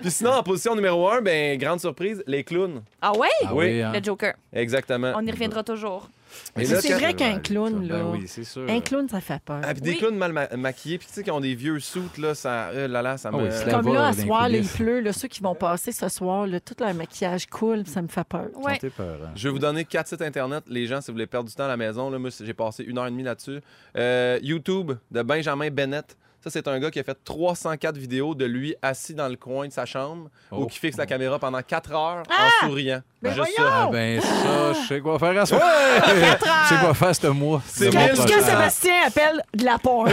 S9: Puis sinon, en position numéro un, ben, grande surprise, les clowns.
S2: Ah ouais?
S9: Ah oui, hein.
S2: Le Joker.
S3: Euh,
S9: Exactement.
S2: On y reviendra toujours.
S9: Mais là,
S1: c'est
S9: quand-
S1: vrai qu'un clown, là.
S9: Ben oui, c'est sûr.
S1: Un clown, ça fait peur.
S9: Ah, puis des clowns mal ma- maquillés, puis tu sais, qui ont des vieux soutes, là, ça. euh, là, là, ça
S4: Ah
S9: me.
S4: oui,
S3: Ben
S4: c'est
S1: Comme là, à soir, là, il
S4: coulisses.
S1: pleut. là, ceux qui vont passer ce soir, là, tout leur maquillage coule, ça me fait peur.
S9: Ouais.
S4: T'es peur, hein?
S9: Je vais vous donner quatre sites internet. Les gens, si vous voulez perdre du temps à la maison, là, moi, j'ai passé une heure et demie là-dessus. Euh, YouTube de Benjamin Bennett. Ça, c'est un gars qui a fait 304 vidéos de lui assis dans le coin de sa chambre
S4: Oh.
S9: ou qui fixe la caméra pendant 4 heures
S2: Ah!
S9: en souriant.
S4: Ben
S9: Juste ça.
S4: Ah ben ça, je sais quoi faire à soir. Je sais quoi faire ce mois.
S9: C'est
S4: Le mois
S9: bien ce que
S4: prochain.
S1: Sébastien appelle de la porn.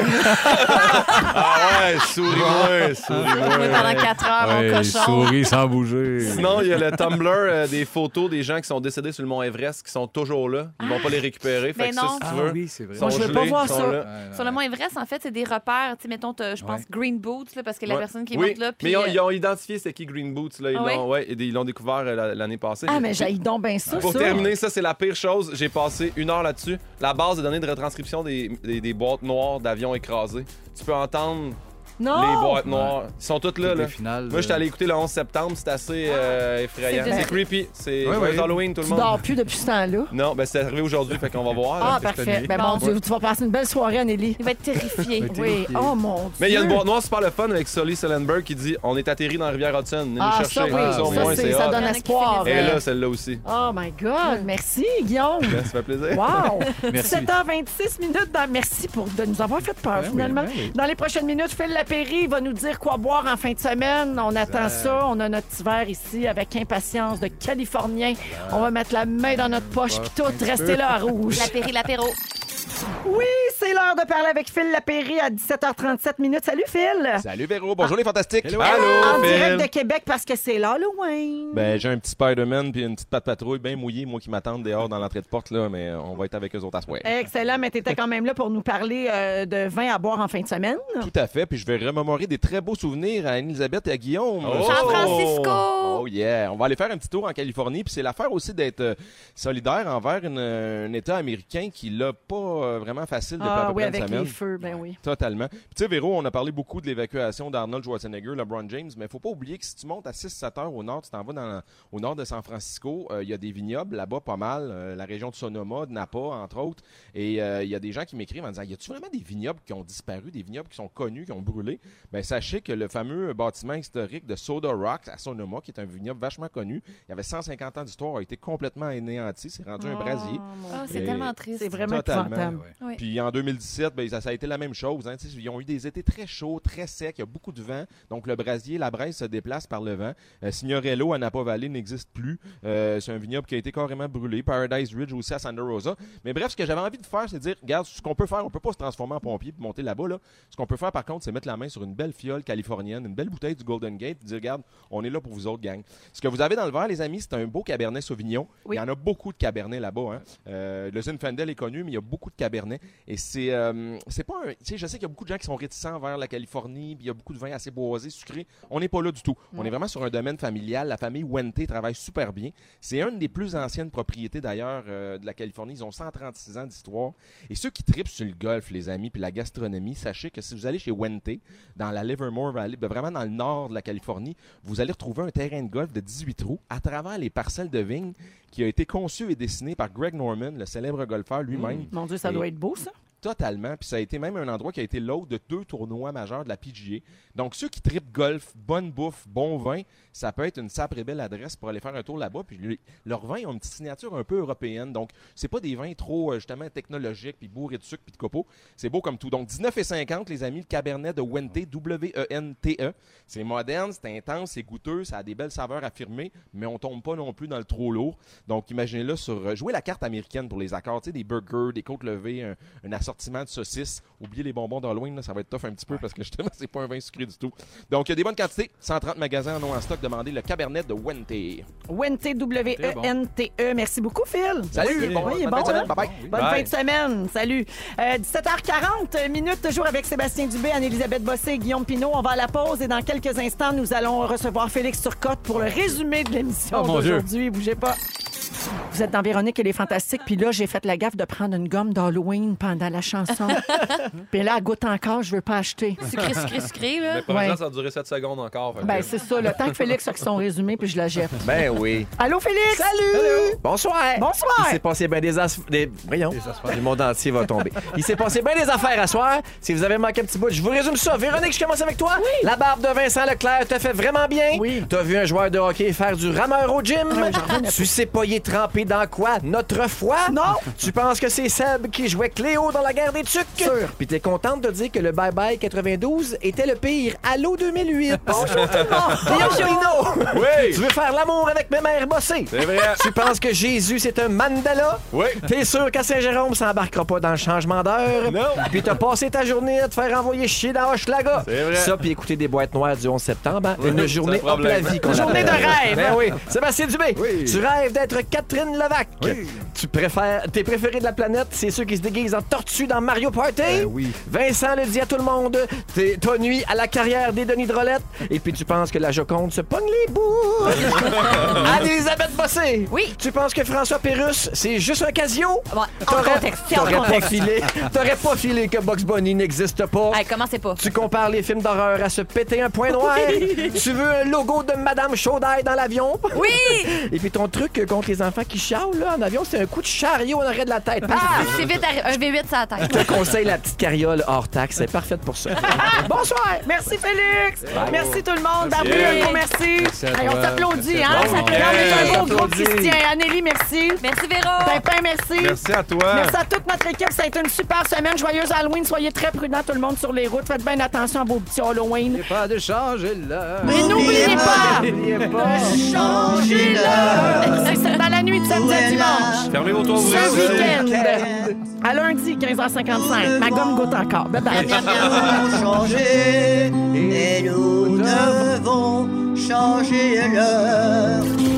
S9: Ah ouais, souris-moi, souris-moi.
S2: pendant 4 heures,
S4: Ouais,
S2: mon
S4: il
S2: cochon.
S4: sourit sans bouger.
S9: Sinon, il y a le Tumblr euh, des photos des gens qui sont décédés sur le mont Everest qui sont toujours là. Ils vont pas les récupérer.
S2: Ah!
S9: Fait
S2: Mais
S9: que ça,
S2: non.
S9: si tu
S2: Ah
S9: veux,
S4: oui, c'est vrai.
S9: ils
S4: Moi,
S9: sont
S4: je veux
S9: gelés,
S4: pas voir
S9: ils sont
S4: ça.
S9: là.
S2: Sur le Mont Everest, en fait, c'est des repères. Tu sais, mettons, t'as- je pense Green Boots, là, parce que la
S9: Ouais.
S2: personne qui
S9: Oui,
S2: monte là. puis,
S9: Mais ils ont,
S2: euh,
S9: ils ont identifié c'est qui Green Boots. Là. Ils
S2: Ah
S9: l'ont ouais, ils- ils l'ont découvert euh, la- l'année passée.
S1: Ah, mais j'ai donc bien ça,
S9: Pour
S1: ça.
S9: terminer, ça, c'est la pire chose. J'ai passé une heure là-dessus. La base de données de retranscription des, des- des boîtes noires d'avions écrasés. Tu peux entendre
S1: Non!
S9: les boîtes noires. Ils sont toutes là.
S4: Toutes les
S9: là.
S4: finales, euh,
S9: Moi, j'étais allé écouter le 11 septembre. C'est assez euh, effrayant.
S1: Ah! c'est
S9: C'est
S1: désolé.
S9: creepy. C'est
S4: Ouais,
S9: joyeux
S4: ouais.
S9: Halloween, tout le
S1: Tu
S9: monde.
S1: dors plus depuis ce temps-là.
S9: Non, ben c'est arrivé aujourd'hui, fait qu'on va voir.
S1: Ah,
S9: là.
S1: parfait. Ben, mon Dieu, tu vas passer une belle soirée, Anneli. Il
S2: va être terrifié.
S1: oui. Oh, mon Dieu.
S9: Mais il y a une boîte noire super le fun avec Sully Sullenberg qui dit On est atterri dans la rivière Hudson, venez
S1: Ah,
S9: nous
S1: ça,
S9: chercher.
S1: oui.
S9: au
S1: Ça,
S9: moins,
S1: c'est-
S9: c'est
S1: ça
S9: hot.
S1: donne espoir.
S9: Et là, celle-là aussi.
S1: Oh my God, merci Guillaume.
S9: Ben, ça fait plaisir.
S1: Wow!
S9: Merci. Ben
S1: 7h26 minutes. dans- Merci pour de nous avoir fait peur, finalement. Dans les prochaines minutes, Phil Lapéry va nous dire quoi boire en fin de semaine. On attend ça. On a notre petit verre ici avec impatience de Californien. On va mettre la main dans notre poche, puis tout, restez là à rouge.
S2: L'apéri, l'apéro.
S1: Oui, c'est l'heure de parler avec Phil Lapéry à 17h37 minutes. Salut, Phil!
S3: Salut Véro, bonjour les fantastiques.
S1: en
S3: Allô,
S1: direct de
S3: Phil.
S1: Québec parce que c'est l'Halloween.
S3: Ben, j'ai un petit Spider-Man puis une petite patte patrouille bien mouillée, moi qui m'attendent dehors dans l'entrée de porte, là, mais on va être avec eux autres à soir.
S1: Excellent, mais t'étais quand même là pour nous parler euh, de vin à boire en fin de semaine.
S3: Tout à fait, puis je vais remémorer des très beaux souvenirs à Elisabeth et à Guillaume.
S2: Oh! San Francisco!
S3: Oh yeah! On va aller faire un petit tour en Californie, puis c'est l'affaire aussi d'être euh, solidaire envers une, euh, un État américain qui l'a pas euh, vraiment facile depuis à
S1: Ah
S3: peu
S1: oui,
S3: près une
S1: avec
S3: semaine.
S1: les feux, ben oui.
S3: Totalement. Puis tu sais, Véro, on a parlé beaucoup de l'évacuation d'Arnold Schwarzenegger, LeBron James, mais faut pas oublier que si tu montes à 6-7 heures au nord, tu t'en vas dans, au nord de San Francisco, euh, il y a des vignobles là-bas pas mal, euh, la région de Sonoma, de Napa, entre autres, et euh, il y a des gens qui m'écrivent en disant, y a-tu vraiment des vignobles qui ont disparu, des vignobles qui sont connus, qui ont brûlé? Ben, sachez que le fameux bâtiment historique de Soda Rock à Sonoma, qui est un vignoble vachement connu, il y avait 150 ans d'histoire, a été complètement anéanti, c'est rendu un brasier.
S2: Ah, c'est
S3: Et-
S2: tellement triste.
S1: C'est vraiment
S3: Totalement.
S1: épouvantable.
S2: Oui.
S3: Puis en 2017, ben, ça, ça a été la même chose. hein. Tu sais, Ils ont eu des étés très chauds, très secs, il y a beaucoup de vent. Donc le brasier, la braise se déplace par le vent. Euh, Signorello à Napa Valley n'existe plus. Euh, c'est un vignoble qui a été carrément brûlé. Paradise Ridge aussi à Santa Rosa. Mais bref, ce que j'avais envie de faire, c'est de dire, regarde, ce qu'on peut faire, on peut pas se transformer en pompier puis monter là-bas. Là. Ce qu'on peut faire par contre, c'est mettre la main sur une belle fiole californienne, une belle bouteille du Golden Gate, puis dire, regarde, on est là pour vous autres, gang. Ce que vous avez dans le verre, les amis, c'est un beau Cabernet Sauvignon.
S1: Oui.
S3: Il y en a beaucoup de Cabernet là-bas. hein. Euh, le Zinfandel est connu, mais il y a beaucoup de Cabernet. Et c'est, euh, c'est pas un. Tu sais, je sais qu'il y a beaucoup de gens qui sont réticents vers la Californie, puis il y a beaucoup de vins assez boisés, sucrés. On n'est pas là du tout. On est vraiment sur un domaine familial. La famille Wente travaille super bien. C'est une des plus anciennes propriétés d'ailleurs euh, de la Californie. Ils ont 136 ans d'histoire. Et ceux qui tripent sur le golf, les amis, puis la gastronomie, sachez que si vous allez chez Wente, dans la Livermore Valley, ben, vraiment dans le nord de la Californie, vous allez retrouver un terrain de golf de 18 trous à travers les parcelles de vignes qui a été conçu et dessiné par Greg Norman, le célèbre golfeur lui-même.
S1: Mon Dieu, ça
S3: Et-
S1: doit être beau, ça.
S3: Totalement. Puis ça a été même un endroit qui a été l'hôte de deux tournois majeurs de la PGA. Donc, ceux qui tripent golf, bonne bouffe, bon vin, ça peut être une sacrée belle adresse pour aller faire un tour là-bas. Puis lui- leurs vins ont une petite signature un peu européenne. Donc, c'est pas des vins trop, euh, justement, technologiques, puis bourrés de sucre, puis de copeaux. C'est beau comme tout. Donc, 19,50, les amis, le Cabernet de Wente, E W-E-N-T-E. C'est moderne, c'est intense, c'est goûteux, ça a des belles saveurs affirmées, mais on tombe pas non plus dans le trop lourd. Donc, imaginez-le sur... euh, Jouer la carte américaine pour les accords, tu sais, des burgers, des côtes levées, un, un assorti
S12: assortiment de saucisses. Oubliez les bonbons d'Halloween, là, ça va être tough un petit peu parce que justement, c'est pas un vin sucré du tout. Donc, il y a des bonnes quantités. 130 magasins en ont en stock. Demandez le Cabernet de Wente.
S1: Wente, E W-E-N-T-E. Merci beaucoup, Phil.
S12: Salut,
S1: Oui,
S12: bon-
S1: oui, il est
S12: bonne
S1: bon,
S12: fin de
S1: hein?
S12: semaine. Bye-bye.
S1: Bonne
S12: Bye.
S1: fin de semaine. Salut. Euh, 17h40 euh, minutes, toujours avec Sébastien Dubé, Anne-Élisabeth Bossé et Guillaume Pinault. On va à la pause et dans quelques instants, nous allons recevoir Félix Turcotte pour le résumé de l'émission
S13: Oh, mon Dieu.
S1: d'aujourd'hui. Bougez pas. Vous êtes dans Véronique et les Fantastiques, puis là, j'ai fait la gaffe de prendre une gomme d'Halloween pendant la chanson. puis là, elle goûte encore, je veux pas acheter.
S2: Sucré, sucré, sucré, là.
S3: Mais pour l'instant,
S1: Ouais.
S3: ça a duré 7 secondes encore. fait
S1: Ben,
S3: que-
S1: c'est ça, le temps que Félix fasse son résumé, puis je la jette.
S5: Ben oui.
S1: Allô, Félix? Salut!
S5: Bonsoir!
S1: Bonsoir!
S5: Il s'est passé bien des affaires. Des... Voyons, le monde entier va tomber. Il s'est passé bien des affaires à soir. Si vous avez manqué un petit bout, je vous résume ça. Véronique, je commence avec toi. La barbe de Vincent Leclerc te fait vraiment bien. Oui. T'as vu un joueur de hockey faire du rameur au gym. tu sais pas, il est trempé dans quoi? Notre foi? Non! Tu penses que c'est Seb qui jouait Cléo dans la guerre des Tucs? Puis t'es contente de dire que le Bye Bye 92 était le pire. Allô 2008! Bonjour tout le monde! Bonjour, Bruno.
S10: Oui.
S5: Tu veux faire l'amour avec mes mères bossées?
S3: Eh,
S10: C'est vrai.
S5: Tu penses que Jésus, c'est un mandala?
S10: Oui.
S5: T'es sûr qu'à Saint-Jérôme, ça embarquera pas dans le changement d'heure?
S10: Non.
S5: Puis t'as passé ta journée à te faire envoyer chier dans Hochelaga.
S10: C'est vrai.
S5: Ça, puis écouter des boîtes noires du 11 septembre, hein?
S10: Oui,
S5: une
S10: c'est
S5: journée
S10: un
S5: hop la
S10: problème.
S5: vie. qu'on
S10: Une journée
S5: appelle.
S10: de rêve. hein?
S5: Ben oui. Sébastien Dubé, tu rêves d'être Catherine Levac. Tu préfères... Tes préférés de la planète, c'est ceux qui se déguisent en tortue dans Mario Party.
S10: Euh,
S5: Vincent le dit à tout le monde. T'es t'as nuit à la carrière des Denis Drolet. Et puis tu penses que la Joconde se pogne les bouts. Anne-Elisabeth Bossé. Oui. Tu penses que François Pérusse, c'est juste un casio?
S2: Ah,
S5: T'aurais-
S9: contexte, c'est en
S5: T'aurais pas
S9: contexte.
S5: filé. T'aurais pas filé que Box Bunny n'existe pas.
S2: comment c'est pas?
S5: Tu compares les films d'horreur à se péter un point noir.
S10: Oui.
S5: tu veux un logo de Madame Chaudaille dans l'avion.
S2: Oui.
S5: Et puis ton truc contre les enfants qui chialent là, en avion, c'est un coup de chariot en arrière de la tête. Ah!
S2: C'est vite arri- un V8 sur la tête.
S5: Je te conseille la petite carriole hors taxe, c'est parfaite pour ça.
S1: Bonsoir. Merci Félix.
S5: Bravo.
S1: Merci tout le monde. Barbu,
S5: oh. Merci.
S1: un gros merci.
S5: Merci à
S1: Hey, on
S5: toi.
S1: t'applaudit,
S5: Merci à
S1: hein?
S5: toi.
S1: Ça fait on est un
S5: Hey,
S1: gros groupe qui se
S5: t'applaudis.
S1: tient. Anneli, merci.
S2: Merci Véro.
S1: Pimpin, merci.
S3: Merci à toi.
S1: Merci à toute notre équipe. Ça a été une super semaine. Joyeuse Halloween. Soyez très prudents, tout le monde, sur les routes. Faites bien attention à vos petits Halloween. N'oubliez
S4: pas de changer l'heure.
S1: Mais n'oubliez pas. de changer l'heure. C'est ça, dans la nuit de samedi à dimanche.
S3: Fermez vos toits, ouvrez
S1: Ce
S3: vos yeux.
S1: week-end. À lundi, 15h55. Ma gomme goûte encore. Bye bye.
S8: changer et nous devons changer l'heure.